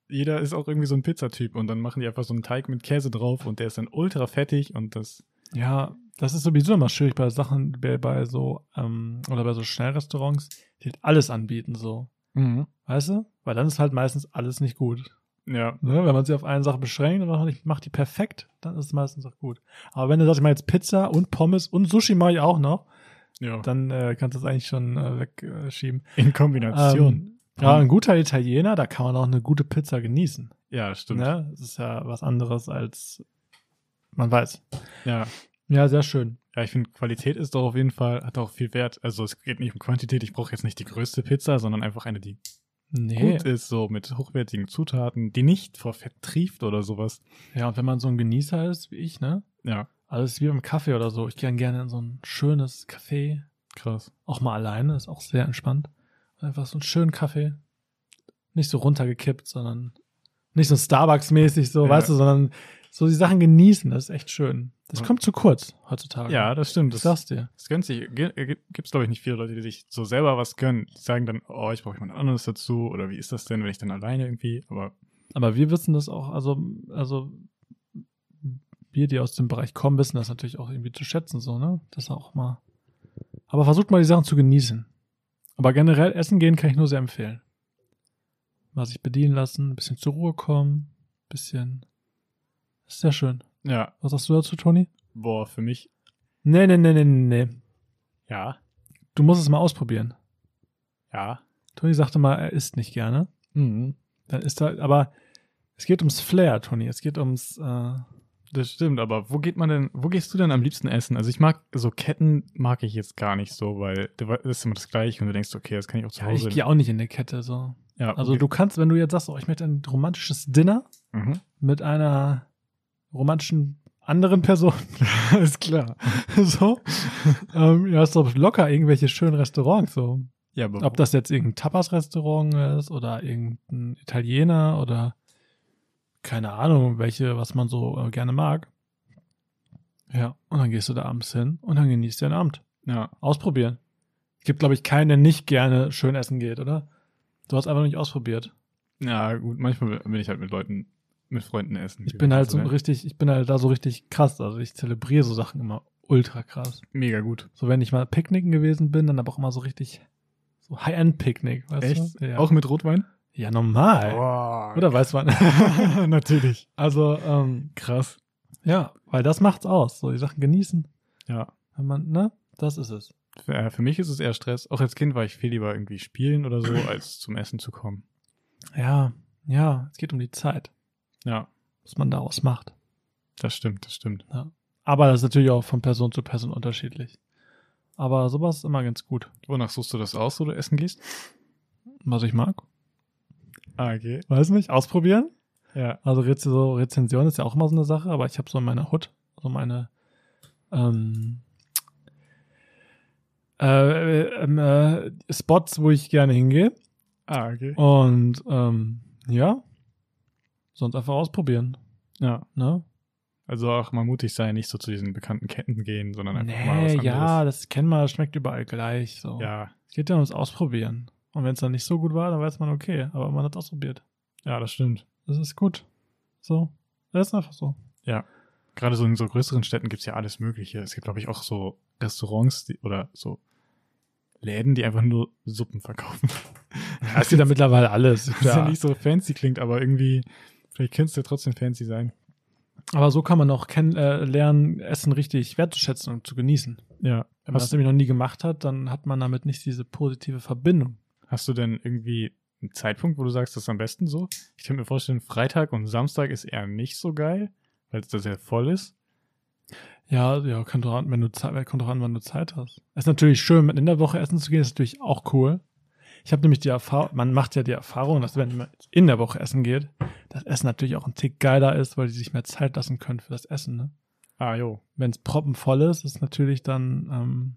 Jeder ist auch irgendwie so ein Pizzatyp und dann machen die einfach so einen Teig mit Käse drauf und der ist dann ultra fettig und das. Ja, das ist sowieso immer schwierig bei Sachen, bei, bei so, ähm, oder bei so Schnellrestaurants, die halt alles anbieten, so. Mhm. Weißt du? Weil dann ist halt meistens alles nicht gut. Ja. Ne? Wenn man sich auf eine Sache beschränkt und macht, macht die perfekt, dann ist es meistens auch gut. Aber wenn du sagst, ich mache jetzt Pizza und Pommes und Sushi mache ich auch noch, ja. dann äh, kannst du das eigentlich schon äh, wegschieben. In Kombination. Ähm, ja, ein guter Italiener, da kann man auch eine gute Pizza genießen. ja, stimmt. Ne? Das ist ja was anderes als man weiß. Ja. Ja, sehr schön. Ja, ich finde, Qualität ist doch auf jeden Fall, hat auch viel Wert. Also es geht nicht um Quantität, ich brauche jetzt nicht die größte Pizza, sondern einfach eine, die Nee. gut ist, so mit hochwertigen Zutaten, die nicht vor Fett trieft oder sowas. Ja, und wenn man so ein Genießer ist wie ich, ne? Ja, Also es ist wie beim Kaffee oder so. Ich gehe dann gerne in so ein schönes Café, krass. auch mal alleine, ist auch sehr entspannt. Einfach so einen schönen Kaffee. Nicht so runtergekippt, sondern nicht so Starbucks-mäßig, so, Ja. weißt du, sondern so die Sachen genießen, das ist echt schön. Das Ja. kommt zu kurz heutzutage. Ja, das stimmt. das Das, sagst dir. Das gönnt sich. Gibt es, glaube ich, nicht viele Leute, die sich so selber was gönnen. Die sagen dann, oh, ich brauche jemand anderes dazu. Oder wie ist das denn, wenn ich dann alleine irgendwie? Aber Aber wir wissen das auch, also, also wir, die aus dem Bereich kommen, wissen das natürlich auch irgendwie zu schätzen, so, ne? Das auch mal. Aber versucht mal die Sachen zu genießen. Aber generell essen gehen kann ich nur sehr empfehlen. Mal sich bedienen lassen, ein bisschen zur Ruhe kommen, ein bisschen. Das ist sehr schön. ja, Was sagst du dazu, Toni? boah, für mich, Nee, nee, nee, nee, nee. nee. ja, Du musst es mal ausprobieren. ja. Toni sagte mal, er isst nicht gerne. Mhm. Dann ist er, aber es geht ums Flair, Toni. Es geht ums, äh, Das stimmt, aber wo geht man denn, wo gehst du denn am liebsten essen? Also ich mag, so Ketten mag ich jetzt gar nicht so, weil du wei- das ist immer das Gleiche und du denkst, okay, das kann ich auch zu ja, ich Hause. gehe auch nicht in eine Kette, so. ja, Also okay. du kannst, wenn du jetzt sagst, oh, ich möchte ein romantisches Dinner Mhm. mit einer romantischen anderen Person, ist klar. so, ähm, ja, hast du locker irgendwelche schönen Restaurants, so. Ja, aber Ob das jetzt irgendein Tapas-Restaurant ist oder irgendein Italiener oder keine Ahnung, welche, was man so äh, gerne mag. Ja, und dann gehst du da abends hin und dann genießt den Abend. ja, Ausprobieren. Gibt, glaube ich, keinen, der nicht gerne schön essen geht, oder? Du hast einfach noch nicht ausprobiert. ja, gut, manchmal bin ich halt mit Leuten, mit Freunden essen. Ich bin halt so Also, ne? richtig, ich bin halt da so richtig krass. Also ich zelebriere so Sachen immer ultra krass. mega gut. So wenn ich mal picknicken gewesen bin, dann aber auch immer so richtig so High-End-Picknick, weißt Echt? du? Ja. Auch Oh, mit Rotwein? ja, normal. Boah. Oder weiß man. Natürlich. also, ähm, Krass. ja, weil das macht's aus. So die Sachen genießen. Ja. Wenn man, ne? Das ist es. Für, äh, für mich ist es eher Stress. Auch als Kind war ich viel lieber irgendwie spielen oder so, als zum Essen zu kommen. Ja, ja, es geht um die Zeit, Ja, was man daraus macht. das stimmt, das stimmt. Aber das ist natürlich auch von Person zu Person unterschiedlich. Aber sowas ist immer ganz gut. Wonach suchst du das aus, wo du essen gehst? Was ich mag. Ah, okay. Weiß nicht. Ausprobieren. Ja. Also Rez so Rezension ist ja auch immer so eine Sache, aber ich habe so in meiner Hood, so meine ähm, äh, ähm, äh, Spots, wo ich gerne hingehe. Ah, okay. Und ähm, ja, sonst einfach ausprobieren. Ja. Ne? Also auch mal mutig sein, nicht so zu diesen bekannten Ketten gehen, sondern einfach mal was Nee, anderes. ja, das kennen wir, schmeckt überall gleich. So. Ja, Es geht ja ums Ausprobieren. Und wenn es dann nicht so gut war, dann weiß man, okay, aber man hat es ausprobiert. Ja, das stimmt. Das ist gut. So. Das ist einfach so. Gerade so in so größeren Städten gibt es ja alles Mögliche. Es gibt, glaube ich, auch so Restaurants die, oder so Läden, die einfach nur Suppen verkaufen. Hast du da mittlerweile alles? Was ja nicht so fancy klingt, aber irgendwie, vielleicht kannst du ja trotzdem fancy sein. Aber so kann man auch kenn äh, lernen, Essen richtig wertzuschätzen und zu genießen. Ja. Wenn man das Hast, nämlich noch nie gemacht hat, dann hat man damit nicht diese positive Verbindung. hast du denn irgendwie einen Zeitpunkt, wo du sagst, das ist am besten so? Ich könnte mir vorstellen, Freitag und Samstag ist eher nicht so geil, weil es da sehr voll ist. Ja, ja, kommt drauf an, wenn du Zeit, kommt drauf an, wann du Zeit hast. Ist natürlich schön, mitten in der Woche essen zu gehen, ist natürlich auch cool. Ich habe nämlich die Erfahrung, man macht ja die Erfahrung, dass wenn man in der Woche essen geht, das Essen natürlich auch ein Tick geiler ist, weil die sich mehr Zeit lassen können für das Essen. Ne? Ah, jo. Wenn es proppenvoll ist, ist natürlich dann ähm,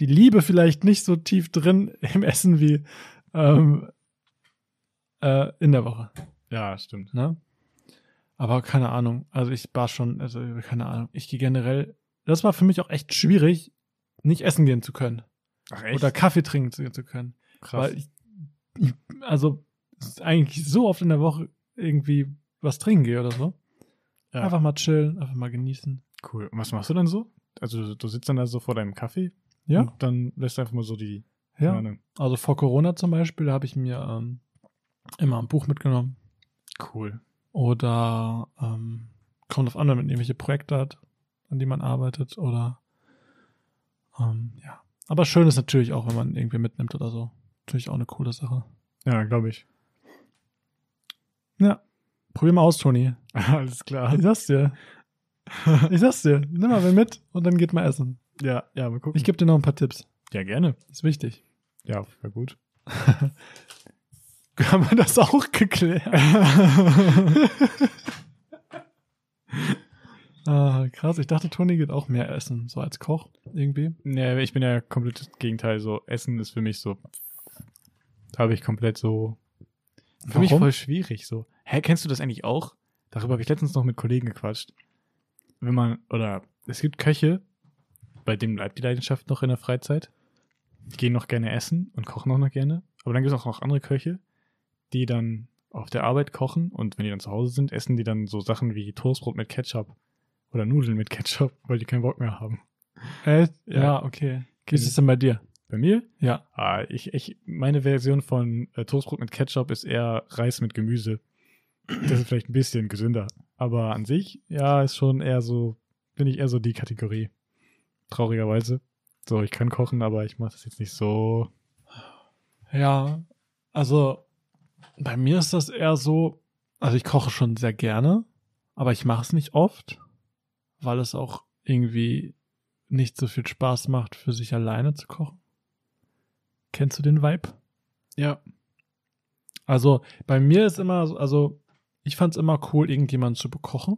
die Liebe vielleicht nicht so tief drin im Essen wie ähm, äh, in der Woche. Ja, stimmt. Ne? Aber keine Ahnung. Also ich war schon, also keine Ahnung. Ich gehe generell, das war für mich auch echt schwierig, nicht essen gehen zu können. Ach, echt? Oder Kaffee trinken zu, zu können. krass. Weil ich, ich, also es ist eigentlich so oft in der Woche irgendwie was trinken gehe oder so. Ja. Einfach mal chillen, einfach mal genießen. Cool. Und was machst du dann so? Also du, du sitzt dann da so vor deinem Kaffee Ja, und dann lässt du einfach mal so die ja. Ahnung. Also vor Corona zum Beispiel habe ich mir ähm, immer ein Buch mitgenommen. Cool. Oder ähm, kommt auf an, wenn man irgendwelche Projekte hat, an die man arbeitet oder ähm, ja. Aber schön ist natürlich auch, wenn man irgendwie mitnimmt oder so. Natürlich auch eine coole Sache. Ja, glaube ich. Ja. Probier mal aus, Toni. Alles klar. Ich sag's dir. Ich sag's dir. Nimm mal wen mit und dann geht mal essen. Ja, ja, mal gucken. Ich gebe dir noch ein paar Tipps. ja, gerne. Ist wichtig. Ja, war gut. Haben wir das auch geklärt? ah, krass. Ich dachte, Toni geht auch mehr essen. So als Koch irgendwie. Nee, ich bin ja komplett das Gegenteil. So, Essen ist für mich so. Da habe ich komplett so. Für mich Warum? voll schwierig. So. Hä, kennst du das eigentlich auch? Darüber habe ich letztens noch mit Kollegen gequatscht. Wenn man, oder es gibt Köche, bei denen bleibt die Leidenschaft noch in der Freizeit. Die gehen noch gerne essen und kochen auch noch gerne. Aber dann gibt es auch noch andere Köche, die dann auf der Arbeit kochen und wenn die dann zu Hause sind, essen die dann so Sachen wie Toastbrot mit Ketchup oder Nudeln mit Ketchup, weil die keinen Bock mehr haben. Echt? Ja. Äh, Ja, okay. Wie ist es denn bei dir? Bei mir Ja. Ah, ich, ich, meine Version von äh, Toastbrot mit Ketchup ist eher Reis mit Gemüse. Das ist vielleicht ein bisschen gesünder. Aber an sich, ja, ist schon eher so, bin ich eher so die Kategorie. Traurigerweise. So, ich kann kochen, aber ich mache das jetzt nicht so. Ja, also bei mir ist das eher so, also ich koche schon sehr gerne, aber ich mache es nicht oft, weil es auch irgendwie nicht so viel Spaß macht, für sich alleine zu kochen. Kennst du den Vibe? Ja. Also bei mir ist immer, so- also ich fand es immer cool, irgendjemanden zu bekochen,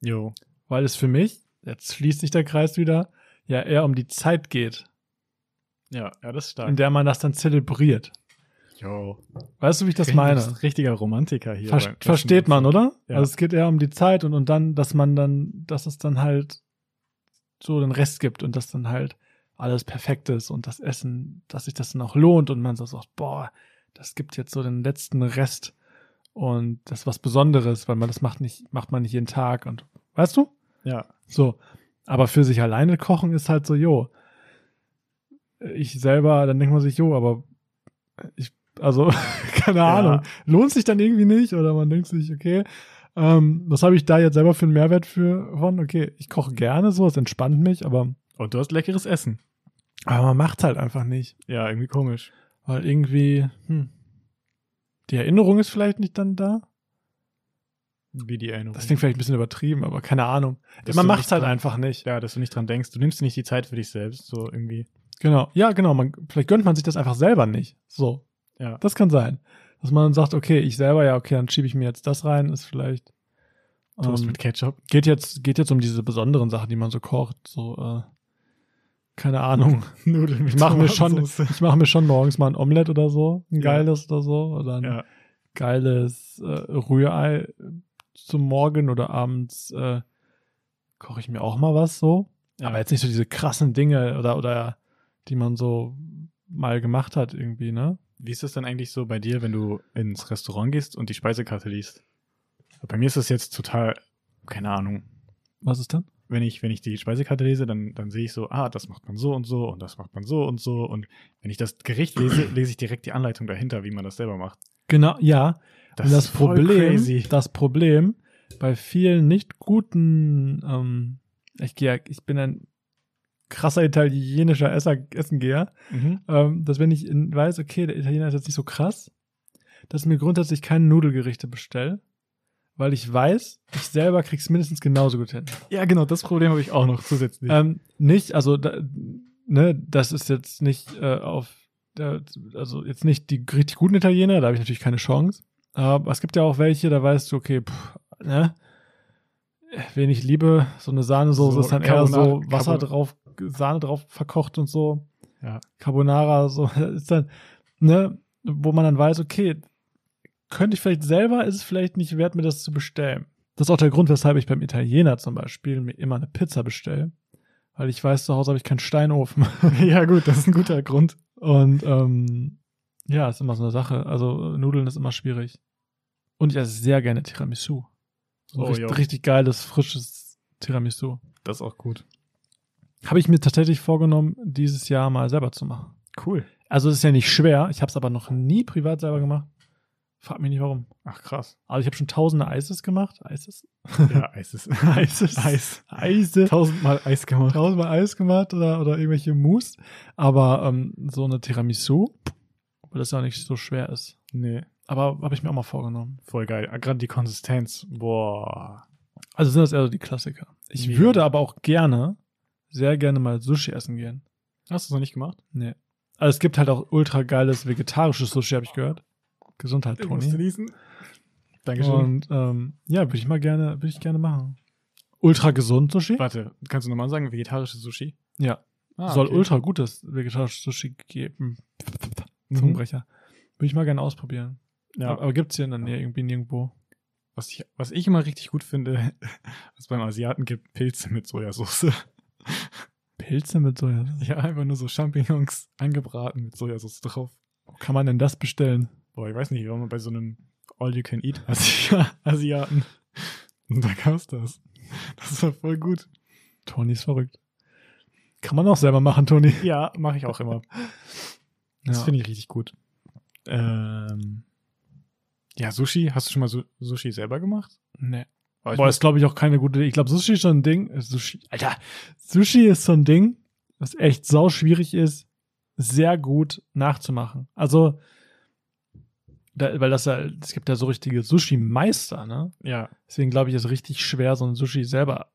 Jo. weil es für mich, jetzt schließt sich der Kreis wieder, ja eher um die Zeit geht, Ja, ja, das ist in der man das dann zelebriert. Jo. Weißt du, wie ich das meine? Richtiger Romantiker hier. Vers beim- versteht man, oder? Ja. Also es geht eher um die Zeit und, und dann, dass man dann, dass es dann halt so den Rest gibt und dass dann halt alles perfekt ist und das Essen, dass sich das dann auch lohnt und man so sagt, boah, das gibt jetzt so den letzten Rest und das ist was Besonderes, weil man das macht nicht, macht man nicht jeden Tag und weißt du? Ja. So. Aber für sich alleine kochen ist halt so, jo. Ich selber, dann denkt man sich, jo, aber ich, also, keine Ja. Ahnung. Lohnt sich dann irgendwie nicht oder man denkt sich, okay, ähm, was habe ich da jetzt selber für einen Mehrwert für von? Okay, ich koche gerne so, es entspannt mich, aber, Und du hast leckeres Essen. aber man macht halt einfach nicht. Ja, irgendwie komisch. Weil irgendwie, hm, die Erinnerung ist vielleicht nicht dann da. Wie die Erinnerung. Das klingt vielleicht ein bisschen übertrieben, aber keine Ahnung. Dass man du macht nicht halt dran- einfach nicht. Ja, dass du nicht dran denkst. Du nimmst dir nicht die Zeit für dich selbst. So irgendwie. Genau, ja, genau. Man, vielleicht gönnt man sich das einfach selber nicht. So. Ja. Das kann sein. Dass man dann sagt, okay, ich selber, ja, okay, dann schiebe ich mir jetzt das rein, ist vielleicht. Toast Ähm, mit Ketchup. geht, jetzt, geht jetzt um diese besonderen Sachen, die man so kocht. So, äh, keine Ahnung. Nudeln Ich mache mir, schon- Tomatensoße. ich mach mir schon morgens mal ein Omelett oder so, ein Ja. geiles oder so. Oder ein Ja. geiles äh, Rührei zum Morgen oder abends äh, koche ich mir auch mal was so. Ja. Aber jetzt nicht so diese krassen Dinge oder, oder die man so mal gemacht hat irgendwie, ne? Wie ist das dann eigentlich so bei dir, wenn du ins Restaurant gehst und die Speisekarte liest? Bei mir ist das jetzt total, keine Ahnung. Was ist dann? Wenn ich, wenn ich die Speisekarte lese, dann, dann sehe ich so, ah, das macht man so und so und das macht man so und so. Und wenn ich das Gericht lese, lese ich direkt die Anleitung dahinter, wie man das selber macht. Genau, ja. Das, und das voll Problem, das Problem bei vielen nicht guten, ähm, ich gehe, ja- ich bin ein krasser italienischer Esser, Essengeher, Mhm. ähm, dass wenn ich in, weiß, okay, der Italiener ist jetzt nicht so krass, dass ich mir grundsätzlich keine Nudelgerichte bestelle, weil ich weiß, ich selber krieg's mindestens genauso gut hin. Ja, genau, das Problem habe ich auch noch zusätzlich. Ähm, nicht, also da, ne, das ist jetzt nicht äh, auf, da, also jetzt nicht die richtig guten Italiener, da habe ich natürlich keine Chance. Aber es gibt ja auch welche, da weißt du, okay, pff, ne, wenig Liebe, so eine Sahnesoße So, ist dann eher Carbonara- so Wasser Carbon- drauf, Sahne drauf verkocht und so. Ja. Carbonara, so das ist dann, ne, wo man dann weiß, okay, könnte ich vielleicht selber, ist es vielleicht nicht wert, mir das zu bestellen. Das ist auch der Grund, weshalb ich beim Italiener zum Beispiel mir immer eine Pizza bestelle. Weil ich weiß, zu Hause habe ich keinen Steinofen. ja, gut, das ist ein guter Grund. Und ähm, ja, ist immer so eine Sache. Also äh, Nudeln ist immer schwierig. Und ich esse sehr gerne Tiramisu. So Oh, ein ja. richtig, richtig geiles, frisches Tiramisu. Das ist auch gut. Habe ich mir tatsächlich vorgenommen, dieses Jahr mal selber zu machen. Cool. Also es ist ja nicht schwer. Ich habe es aber noch nie privat selber gemacht. Frag mich nicht warum. Ach, krass. Also ich habe schon tausende Eises gemacht. Eises? Ja, Eis ist. Eises? Eis. Eise. Tausendmal Eis gemacht. Tausendmal Eis gemacht oder, oder irgendwelche Mousse. Aber ähm, so eine Tiramisu, weil das ja nicht so schwer ist. Nee, Aber habe ich mir auch mal vorgenommen. voll geil. Ah, Gerade die Konsistenz. Boah. Also sind das eher so die Klassiker. Ich Mega. würde aber auch gerne, sehr gerne mal Sushi essen gehen. Hast du es noch nicht gemacht? Nee. Also es gibt halt auch ultra geiles vegetarisches Sushi, habe ich gehört. Gesundheit, Ich musste Toni. niesen. Dankeschön. Und ähm, ja, würde ich mal gerne, würde ich gerne machen. Ultra gesund Sushi? Warte, kannst du nochmal sagen, vegetarische Sushi? Ja. Ah, Soll okay. ultra gutes vegetarisches Sushi geben. Mhm. Zungenbrecher. Würde ich mal gerne ausprobieren. Ja, Aber gibt's hier in der Nähe irgendwie nirgendwo. was ich, was ich immer richtig gut finde, was beim Asiaten gibt, Pilze mit Sojasauce. Pilze mit Soja. Ja, einfach nur so Champignons angebraten mit Sojasauce drauf. Wo kann man denn das bestellen? Boah, ich weiß nicht, war mal bei so einem All-You-Can-Eat-Asiaten. Und da gab's das. Das war voll gut. Toni ist verrückt. Kann man auch selber machen, Toni. Ja, mache ich auch immer. Das Ja. finde ich richtig gut. Ähm, ja, Sushi. Hast du schon mal Su Sushi selber gemacht? Nee. Oh, Boah, ist glaube ich auch keine gute Idee. Ich glaube, Sushi ist so ein Ding. äh, Sushi, Alter, Sushi ist so ein Ding, was echt sau schwierig ist, sehr gut nachzumachen. Also, da, weil das ja, es gibt ja so richtige Sushi-Meister, ne? ja, Deswegen glaube ich, ist richtig schwer, so ein Sushi selber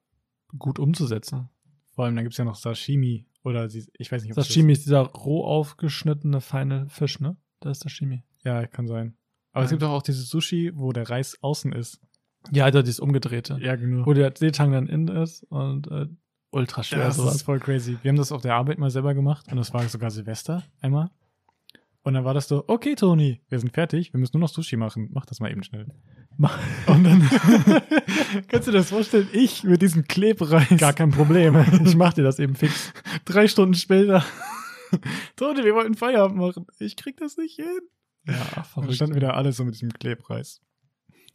gut umzusetzen. vor allem, dann gibt's ja noch Sashimi. Oder sie, ich weiß nicht, ob's Sashimi ist dieser roh aufgeschnittene feine Fisch, ne? Da ist Sashimi. Das, ja, kann sein. Aber es Nein. gibt auch, auch dieses Sushi, wo der Reis außen ist. Ja, also dieses umgedrehte. Ja, Wo genau. der Seetang dann innen ist und äh, ultra schwer Das sowas. ist voll crazy. Wir haben das auf der Arbeit mal selber gemacht und das war sogar Silvester einmal. Und dann war das so, okay, Toni, wir sind fertig, wir müssen nur noch Sushi machen. Mach das mal eben schnell. Mach- Und dann kannst du dir das vorstellen, ich mit diesem Klebreis. Gar kein Problem. Ich mach dir das eben fix. Drei Stunden später. Toni, wir wollten Feierabend machen. Ich krieg das nicht hin. Ja, Dann verrückt. standen wieder alle so mit diesem Klebreis.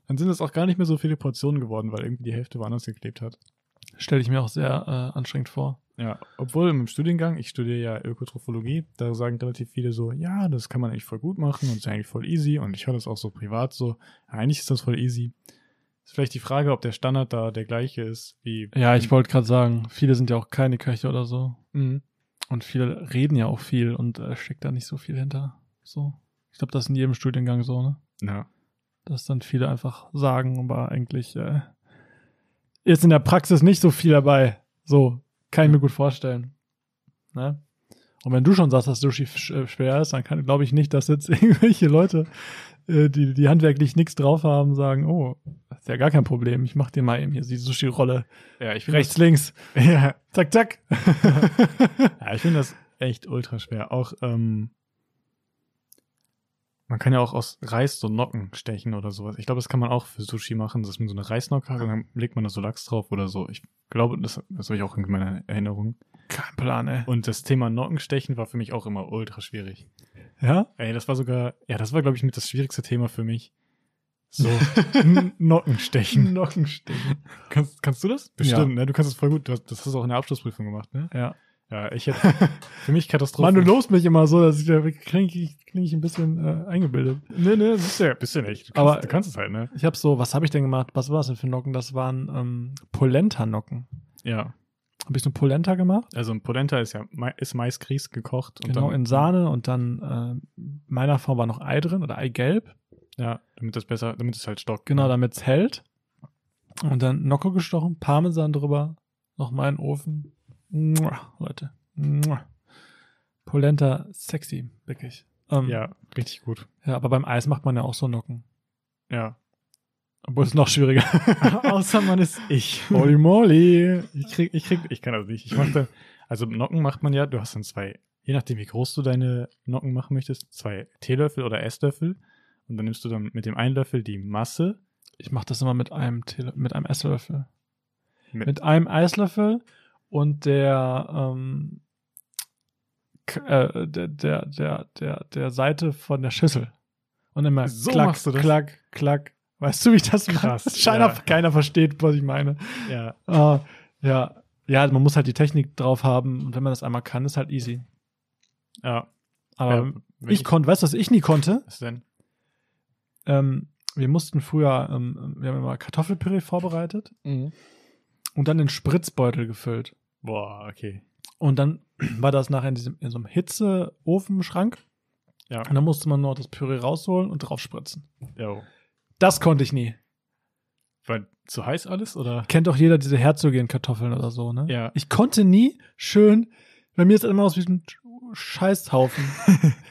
Dann sind es auch gar nicht mehr so viele Portionen geworden, weil irgendwie die Hälfte woanders geklebt hat. Stelle ich mir auch sehr äh, anstrengend vor. Ja, obwohl im Studiengang, ich studiere ja Ökotrophologie, da sagen relativ viele so, ja, das kann man eigentlich voll gut machen und ist eigentlich voll easy. Und ich höre das auch so privat so, eigentlich ist das voll easy. Ist vielleicht die Frage, ob der Standard da der gleiche ist wie. Ja, ich wollte gerade sagen, viele sind ja auch keine Köche oder so. Mhm. Und viele reden ja auch viel und äh, steckt da nicht so viel hinter. So. Ich glaube, das ist in jedem Studiengang so, ne? Ja. Dass dann viele einfach sagen, aber eigentlich äh, ist in der Praxis nicht so viel dabei. So, kann ich mir gut vorstellen. Ne? Und wenn du schon sagst, dass Sushi sch- äh, schwer ist, dann glaube ich nicht, dass jetzt irgendwelche Leute, äh, die, die handwerklich nichts drauf haben, sagen, oh, das ist ja gar kein Problem, ich mach dir mal eben hier die Sushi-Rolle. Ja, ich finde Rechts, links, das, Genau. ja. zack, zack. ja, ich finde das echt ultra schwer. Auch, ähm, Man kann ja auch aus Reis so Nocken stechen oder sowas. Ich glaube, das kann man auch für Sushi machen, dass man so eine Reisnocke hat und dann legt man da so Lachs drauf oder so. Ich glaube, das, das habe ich auch in meiner Erinnerung. Kein Plan, ey. Und das Thema Nockenstechen war für mich auch immer ultra schwierig. Ja? Ey, das war sogar, ja, das war, glaube ich, mit das schwierigste Thema für mich. So, N- Nockenstechen. Nockenstechen. Kannst, kannst du das? Bestimmt, ne? Du kannst das voll gut. Du hast, das hast du auch in der Abschlussprüfung gemacht, ne? Ja. Ja, ich hätte, für mich Katastrophe. Mann, du lobst mich immer so, dass ich da klinge ich, kling ich ein bisschen äh, eingebildet. Nee, nee, das ist ja, bist ja nicht. Du kannst, Aber- du kannst es halt, ne? Ich habe so, was habe ich denn gemacht? Was war das denn für Nocken? Das waren ähm, Polenta-Nocken. Ja. Habe ich so Polenta gemacht? Also ein Polenta ist ja Ma ist Maisgrieß gekocht und genau, dann, in Sahne und dann äh, in meiner Form war noch Ei drin oder Eigelb. ja, damit das besser, damit es halt stockt. Genau, ne? damit es hält. Und dann Nocco gestochen, Parmesan drüber, nochmal in den Ofen. Mua, Leute. Mua. Polenta, sexy, wirklich. Ähm, Ja, richtig gut. ja. Aber beim Eis macht man ja auch so Nocken. Ja. Obwohl es noch schwieriger Außer man ist ich. Holy moly. Ich krieg, ich krieg, ich kann das nicht. Ich machte, also Nocken macht man ja, du hast dann zwei, je nachdem wie groß du deine Nocken machen möchtest, zwei Teelöffel oder Esslöffel. Und dann nimmst du dann mit dem einen Löffel die Masse. Ich mache das immer mit einem, Teelö- mit einem Esslöffel. Mit- Mit, einem Eislöffel und der, ähm, K- äh, der, der, der, der, der Seite von der Schüssel. Und immer So klack, machst du das? klack, klack. Weißt du, wie ich das mache? Krass, Scheiner, ja. Keiner versteht, was ich meine. Ja. Ah, ja. ja, man muss halt die Technik drauf haben. Und wenn man das einmal kann, ist halt easy. Ja. Aber ja, wenn ich konnte, weißt du, was ich nie konnte? Was denn? Ähm, wir mussten früher, ähm, wir haben immer Kartoffelpüree vorbereitet. Mhm. und dann in Spritzbeutel gefüllt. Boah, okay. Und dann war das nachher in, diesem, in so einem Hitzeofenschrank. Ja. Und dann musste man noch das Püree rausholen und drauf spritzen. Jo. Das konnte ich nie. War zu heiß alles oder? Kennt doch jeder diese Herzogin-Kartoffeln oder so, ne? Ja. Ich konnte nie schön, bei mir ist das immer aus wie ein Scheißhaufen.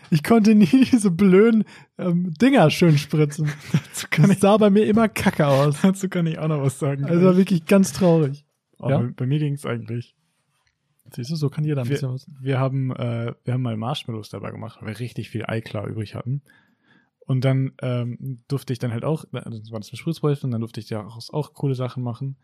ich konnte nie diese blöden ähm, Dinger schön spritzen. Dazu Das sah bei mir immer kacke aus. dazu kann ich auch noch was sagen. Also war wirklich ganz traurig. Aber Ja. bei, bei mir ging es eigentlich. Siehst du, so kann jeder ein Wir- bisschen was. Wir haben, äh, wir haben mal Marshmallows dabei gemacht, weil wir richtig viel Eiklar übrig hatten. Und dann ähm, durfte ich dann halt auch, also das war das mit Spritzbeutel, und dann durfte ich ja auch, auch coole Sachen machen.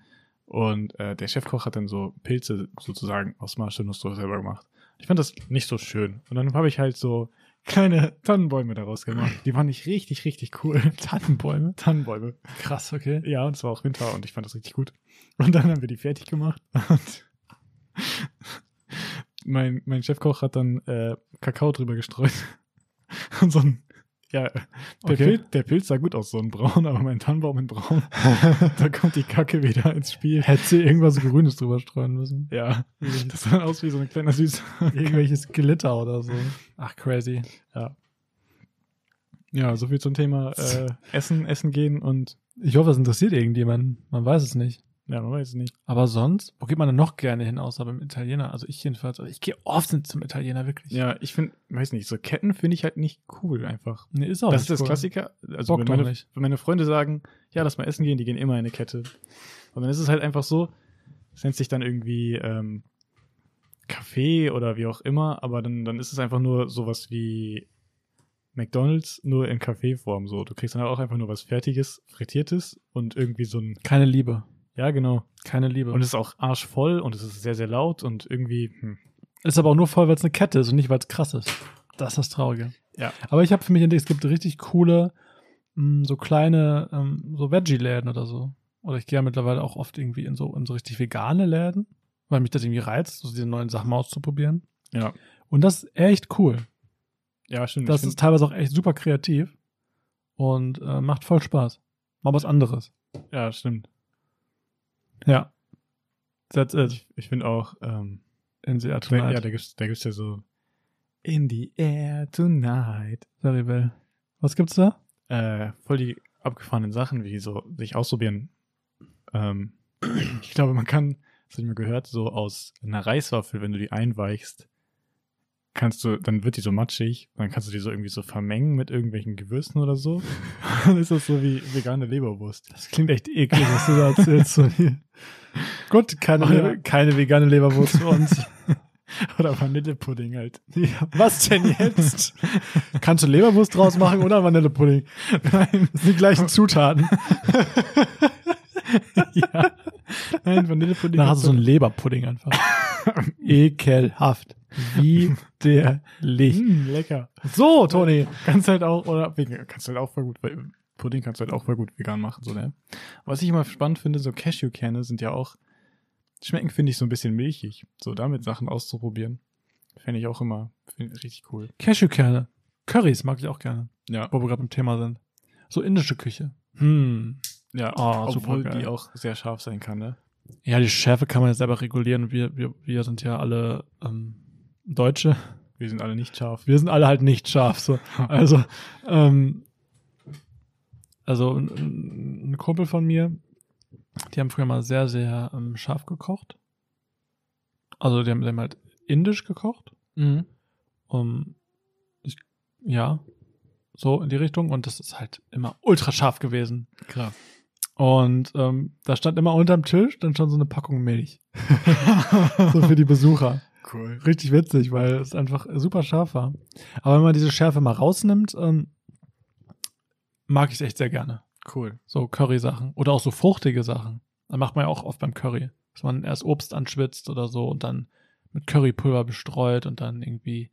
Und äh, der Chefkoch hat dann so Pilze sozusagen aus Marshmallows so selber gemacht. Ich fand das nicht so schön. Und dann habe ich halt so kleine Tannenbäume daraus gemacht. Die fand ich richtig, richtig cool. Tannenbäume? Tannenbäume. Krass, okay. Ja, und es war auch Winter und ich fand das richtig gut. Und dann haben wir die fertig gemacht und mein, mein Chefkoch hat dann äh, Kakao drüber gestreut. Und so ein, ja, der, Okay. Pilz, der Pilz sah gut aus, so ein braun, aber mein Tannenbaum in braun. da kommt die Kacke wieder ins Spiel. Hätte sie irgendwas Grünes drüber streuen müssen. Ja, das sah aus wie so ein kleiner süßer. Irgendwelches Glitter oder so. Ach, crazy. Ja, also so viel zum Thema äh, Essen, Essen gehen und, Ich hoffe, das interessiert irgendjemanden. Man weiß es nicht. ja, man weiß es nicht. Aber sonst, wo geht man denn noch gerne hin, außer beim Italiener? Also ich jedenfalls. Also ich gehe oft zum Italiener, wirklich. Ja, ich finde, weiß nicht, so Ketten finde ich halt nicht cool einfach. Nee, ist auch Das Oh, nicht ist das cool. Klassiker. Also Bock wenn doch meine, nicht. wenn meine Freunde sagen, ja, lass mal essen gehen, die gehen immer in eine Kette. Und dann ist es halt einfach so, es nennt sich dann irgendwie ähm, Café oder wie auch immer, aber dann, dann ist es einfach nur sowas wie McDonalds, nur in Kaffeeform so. Du kriegst dann halt auch einfach nur was Fertiges, Frittiertes und irgendwie so ein, Keine Liebe. ja genau. Keine Liebe. Und es ist auch arschvoll und es ist sehr, sehr laut und irgendwie, hm, Ist aber auch nur voll, weil es eine Kette ist und nicht, weil es krass ist. Das ist das Traurige. Ja. Aber ich habe für mich entdeckt, es gibt richtig coole, mh, so kleine, ähm, so Veggie-Läden oder so. Oder ich gehe ja mittlerweile auch oft irgendwie in so, in so richtig vegane Läden, weil mich das irgendwie reizt, so diese neuen Sachen mal auszuprobieren. ja. Und das ist echt cool. Ja, stimmt. Das Ich ist teilweise auch echt super kreativ und äh, macht voll Spaß. Mal was anderes. find, ja, stimmt. Ja. That's it. Ich, ich finde auch, ähm, In the air Da, tonight. ja, da gibt's, da gibt's ja so In the air tonight. Sorry, Bell. Was gibt's da? Äh, voll die abgefahrenen Sachen, wie so sich ausprobieren. Ähm, ich glaube, man kann, das habe ich mal gehört, so aus einer Reiswaffel, wenn du die einweichst, kannst du, dann wird die so matschig, dann kannst du die so irgendwie so vermengen mit irgendwelchen Gewürzen oder so. dann ist das so wie vegane Leberwurst. Das klingt echt eklig, was du da erzählst von hier. Gut, keine, Oh, ja. keine vegane Leberwurst für uns. Oder Vanillepudding halt. Was denn jetzt? Kannst du Leberwurst draus machen oder Vanillepudding? Nein, Das sind die gleichen Zutaten. ja. Nein, Vanillepudding. Dann hast du so einen Leberpudding einfach. Ekelhaft. Widerlich. Mm, lecker. So, Toni. Kannst halt auch, oder vegan, kannst halt auch voll gut, weil Pudding kannst du halt auch voll gut vegan machen, so, ne? Was ich immer spannend finde, so Cashewkerne sind ja auch, schmecken finde ich so ein bisschen milchig. So damit Sachen auszuprobieren. Fände ich auch immer find, richtig cool. Cashewkerne. Currys mag ich auch gerne, Ja. wo wir gerade im Thema sind. So indische Küche. Hm. Ja, Ah, obwohl supergeil. die auch sehr scharf sein kann, ne? Ja, die Schärfe kann man ja selber regulieren. Wir, wir, wir sind ja alle ähm, Deutsche. Wir sind alle nicht scharf. Wir sind alle halt nicht scharf. So. Also, ähm, also ein- ein, ein Kumpel von mir, die haben früher mal sehr, sehr ähm, scharf gekocht. Also die haben, die haben halt indisch gekocht. Mhm. Um, ich, ja, so in die Richtung. Und das ist halt immer ultra scharf gewesen. Krass. Und ähm, da stand immer unterm Tisch dann schon so eine Packung Milch. so für die Besucher. Cool. Richtig witzig, weil es einfach super scharf war. Aber wenn man diese Schärfe mal rausnimmt, ähm, mag ich es echt sehr gerne. Cool. So Curry-Sachen oder auch so fruchtige Sachen. Dann macht man ja auch oft beim Curry, dass man erst Obst anschwitzt oder so und dann mit Currypulver bestreut und dann irgendwie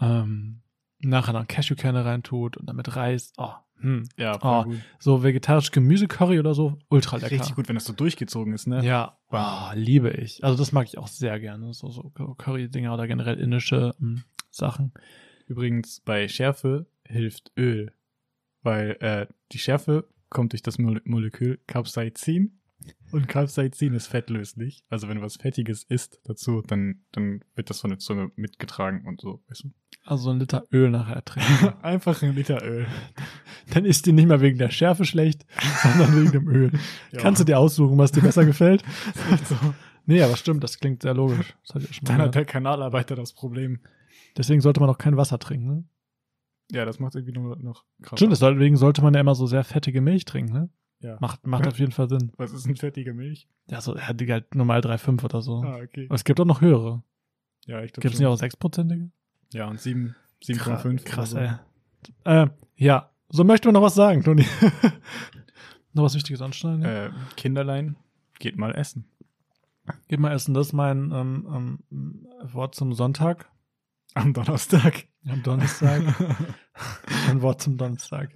ähm, nachher noch Cashewkerne reintut und dann mit Reis. Oh, hm. Ja, Ah, gut. So vegetarisch Gemüsecurry oder so, ultra lecker. halt Richtig gut, wenn das so durchgezogen ist, ne? Ja, Wow. ah, liebe ich. Also das mag ich auch sehr gerne. So, so Curry-Dinger oder generell indische ähm, Sachen. Übrigens, bei Schärfe hilft Öl, weil äh, die Schärfe kommt durch das Mo Molekül Capsaicin und Capsaicin ist fettlöslich. Also wenn du was Fettiges isst dazu, dann, dann wird das von der Zunge mitgetragen und so. Weißt du? Also so ein Liter Öl nachher trinken. Einfach ein Liter Öl. Dann ist die nicht mal wegen der Schärfe schlecht, sondern wegen dem Öl. Kannst du dir aussuchen, was dir besser gefällt? so. Nee, aber stimmt, das klingt sehr logisch. Das hab ich auch schon mal Dann hat gehört. der Kanalarbeiter das Problem. Deswegen sollte man auch kein Wasser trinken. Ne? Ja, das macht irgendwie nur noch krass. Stimmt, deswegen sollte man ja immer so sehr fettige Milch trinken. Ne? Ja. Macht, macht auf jeden Fall Sinn. Was ist denn fettige Milch? Ja, so ja, die halt normal 3,5 oder so. Ah, okay. Aber es gibt auch noch höhere. Ja, ich Gibt es glaube nicht auch 6-prozentige? Ja, und sieben- also, 7,5. oder Krass, so. ey. Äh, ja, so möchten wir noch was sagen, Toni. noch was Wichtiges anschneiden? ja? Äh, Kinderlein, geht mal essen. Geht mal essen, das ist mein ähm, ähm, Wort zum Sonntag. Am Donnerstag. Am Donnerstag. ein Wort zum Donnerstag.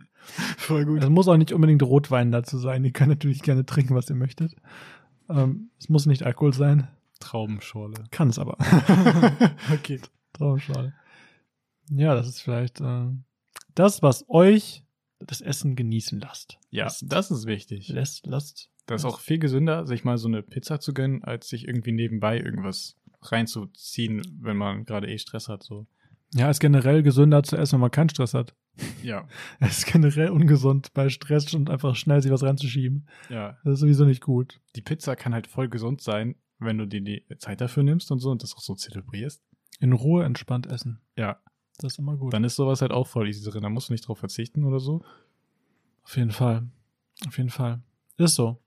Voll gut. Es muss auch nicht unbedingt Rotwein dazu sein. Ihr könnt natürlich gerne trinken, was ihr möchtet. Ähm, es muss nicht Alkohol sein. Traubenschorle. Kann es aber. okay. Traumschade. Ja, das ist vielleicht äh, das, was euch das Essen genießen lasst. Ja, Lasst, das ist wichtig. lasst, lasst Das ist auch viel gesünder, sich mal so eine Pizza zu gönnen, als sich irgendwie nebenbei irgendwas reinzuziehen, wenn man gerade eh Stress hat. So. Ja, ist generell gesünder zu essen, wenn man keinen Stress hat. Ja, Es ist generell ungesund, bei Stress schon einfach schnell sich was reinzuschieben. ja. Das ist sowieso nicht gut. Die Pizza kann halt voll gesund sein, wenn du dir die Zeit dafür nimmst und so und das auch so zelebrierst. In Ruhe entspannt essen. Ja. Das ist immer gut. Dann ist sowas halt auch voll easy drin. Da musst du nicht drauf verzichten oder so. Auf jeden Fall. Auf jeden Fall. Ist so.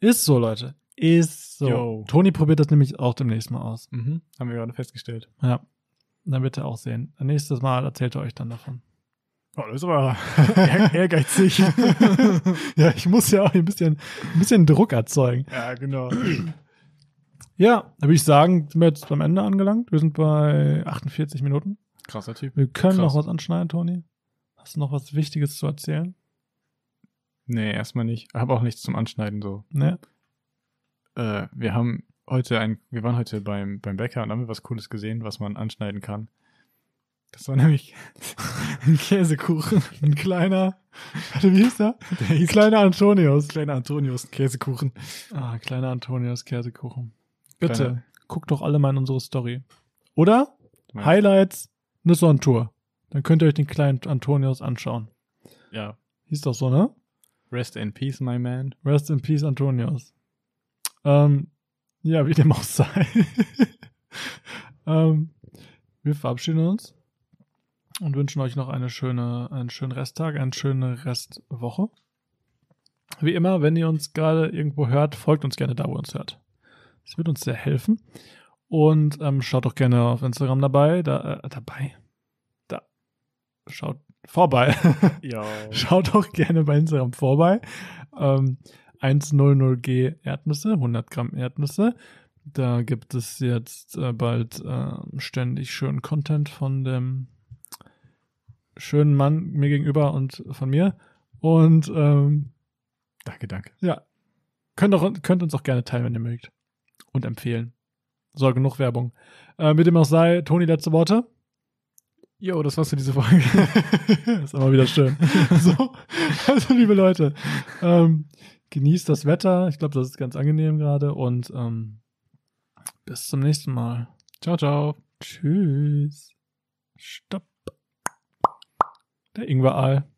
Ist so, Leute. Ist so. Yo. Toni probiert das nämlich auch demnächst mal aus. Mhm. Haben wir gerade festgestellt. Ja. Dann wird er auch sehen. Nächstes Mal erzählt er euch dann davon. Oh, das ist aber ehrgeizig. ja, ich muss ja auch ein bisschen, ein bisschen Druck erzeugen. ja, genau. Ja, da würde ich sagen, sind wir jetzt am Ende angelangt. Wir sind bei 48 Minuten. Krasser Typ. Wir können Krass. noch was anschneiden, Toni. Hast du noch was Wichtiges zu erzählen? Nee, erstmal nicht. Hab auch nichts zum Anschneiden so. Ne? äh, wir haben heute ein, wir waren heute beim, beim Bäcker und haben wir was Cooles gesehen, was man anschneiden kann. Das war nämlich ein Käsekuchen. Ein kleiner, warte, wie hieß der? Der hieß kleiner Antonius. kleiner Antonius, Käsekuchen. Ah, kleiner Antonius Käsekuchen. Bitte, Kleiner- guckt doch alle mal in unsere Story. Oder Meinst- Highlights, Nüsse on Tour. Dann könnt ihr euch den kleinen Antonius anschauen. Ja. Hieß doch so, ne? Rest in peace, my man. Rest in Peace, Antonius. Ähm, ja, wie dem auch sei. ähm, wir verabschieden uns und wünschen euch noch eine schöne, einen schönen Resttag, eine schöne Restwoche. Wie immer, wenn ihr uns gerade irgendwo hört, folgt uns gerne da, wo ihr uns hört. Das wird uns sehr helfen. Und ähm, schaut doch gerne auf Instagram dabei. Da, äh, dabei? Da. Schaut vorbei. Ja. Schaut auch gerne bei Instagram vorbei. Ähm, 100G Erdnüsse, 100 Gramm Erdnüsse. Da gibt es jetzt äh, bald äh, ständig schönen Content von dem schönen Mann mir gegenüber und von mir. Und ähm, Danke, danke. ja, könnt, auch, könnt uns auch gerne teilen, wenn ihr mögt. Und empfehlen. So, genug Werbung. Äh, mit dem auch sei, Toni, letzte Worte. Jo, das war's für diese Folge. Ist immer wieder schön. so, also liebe Leute, ähm, genießt das Wetter. Ich glaube, das ist ganz angenehm gerade. Und ähm, bis zum nächsten Mal. ciao, ciao. Tschüss. Stopp. Der Ingwer-Aal.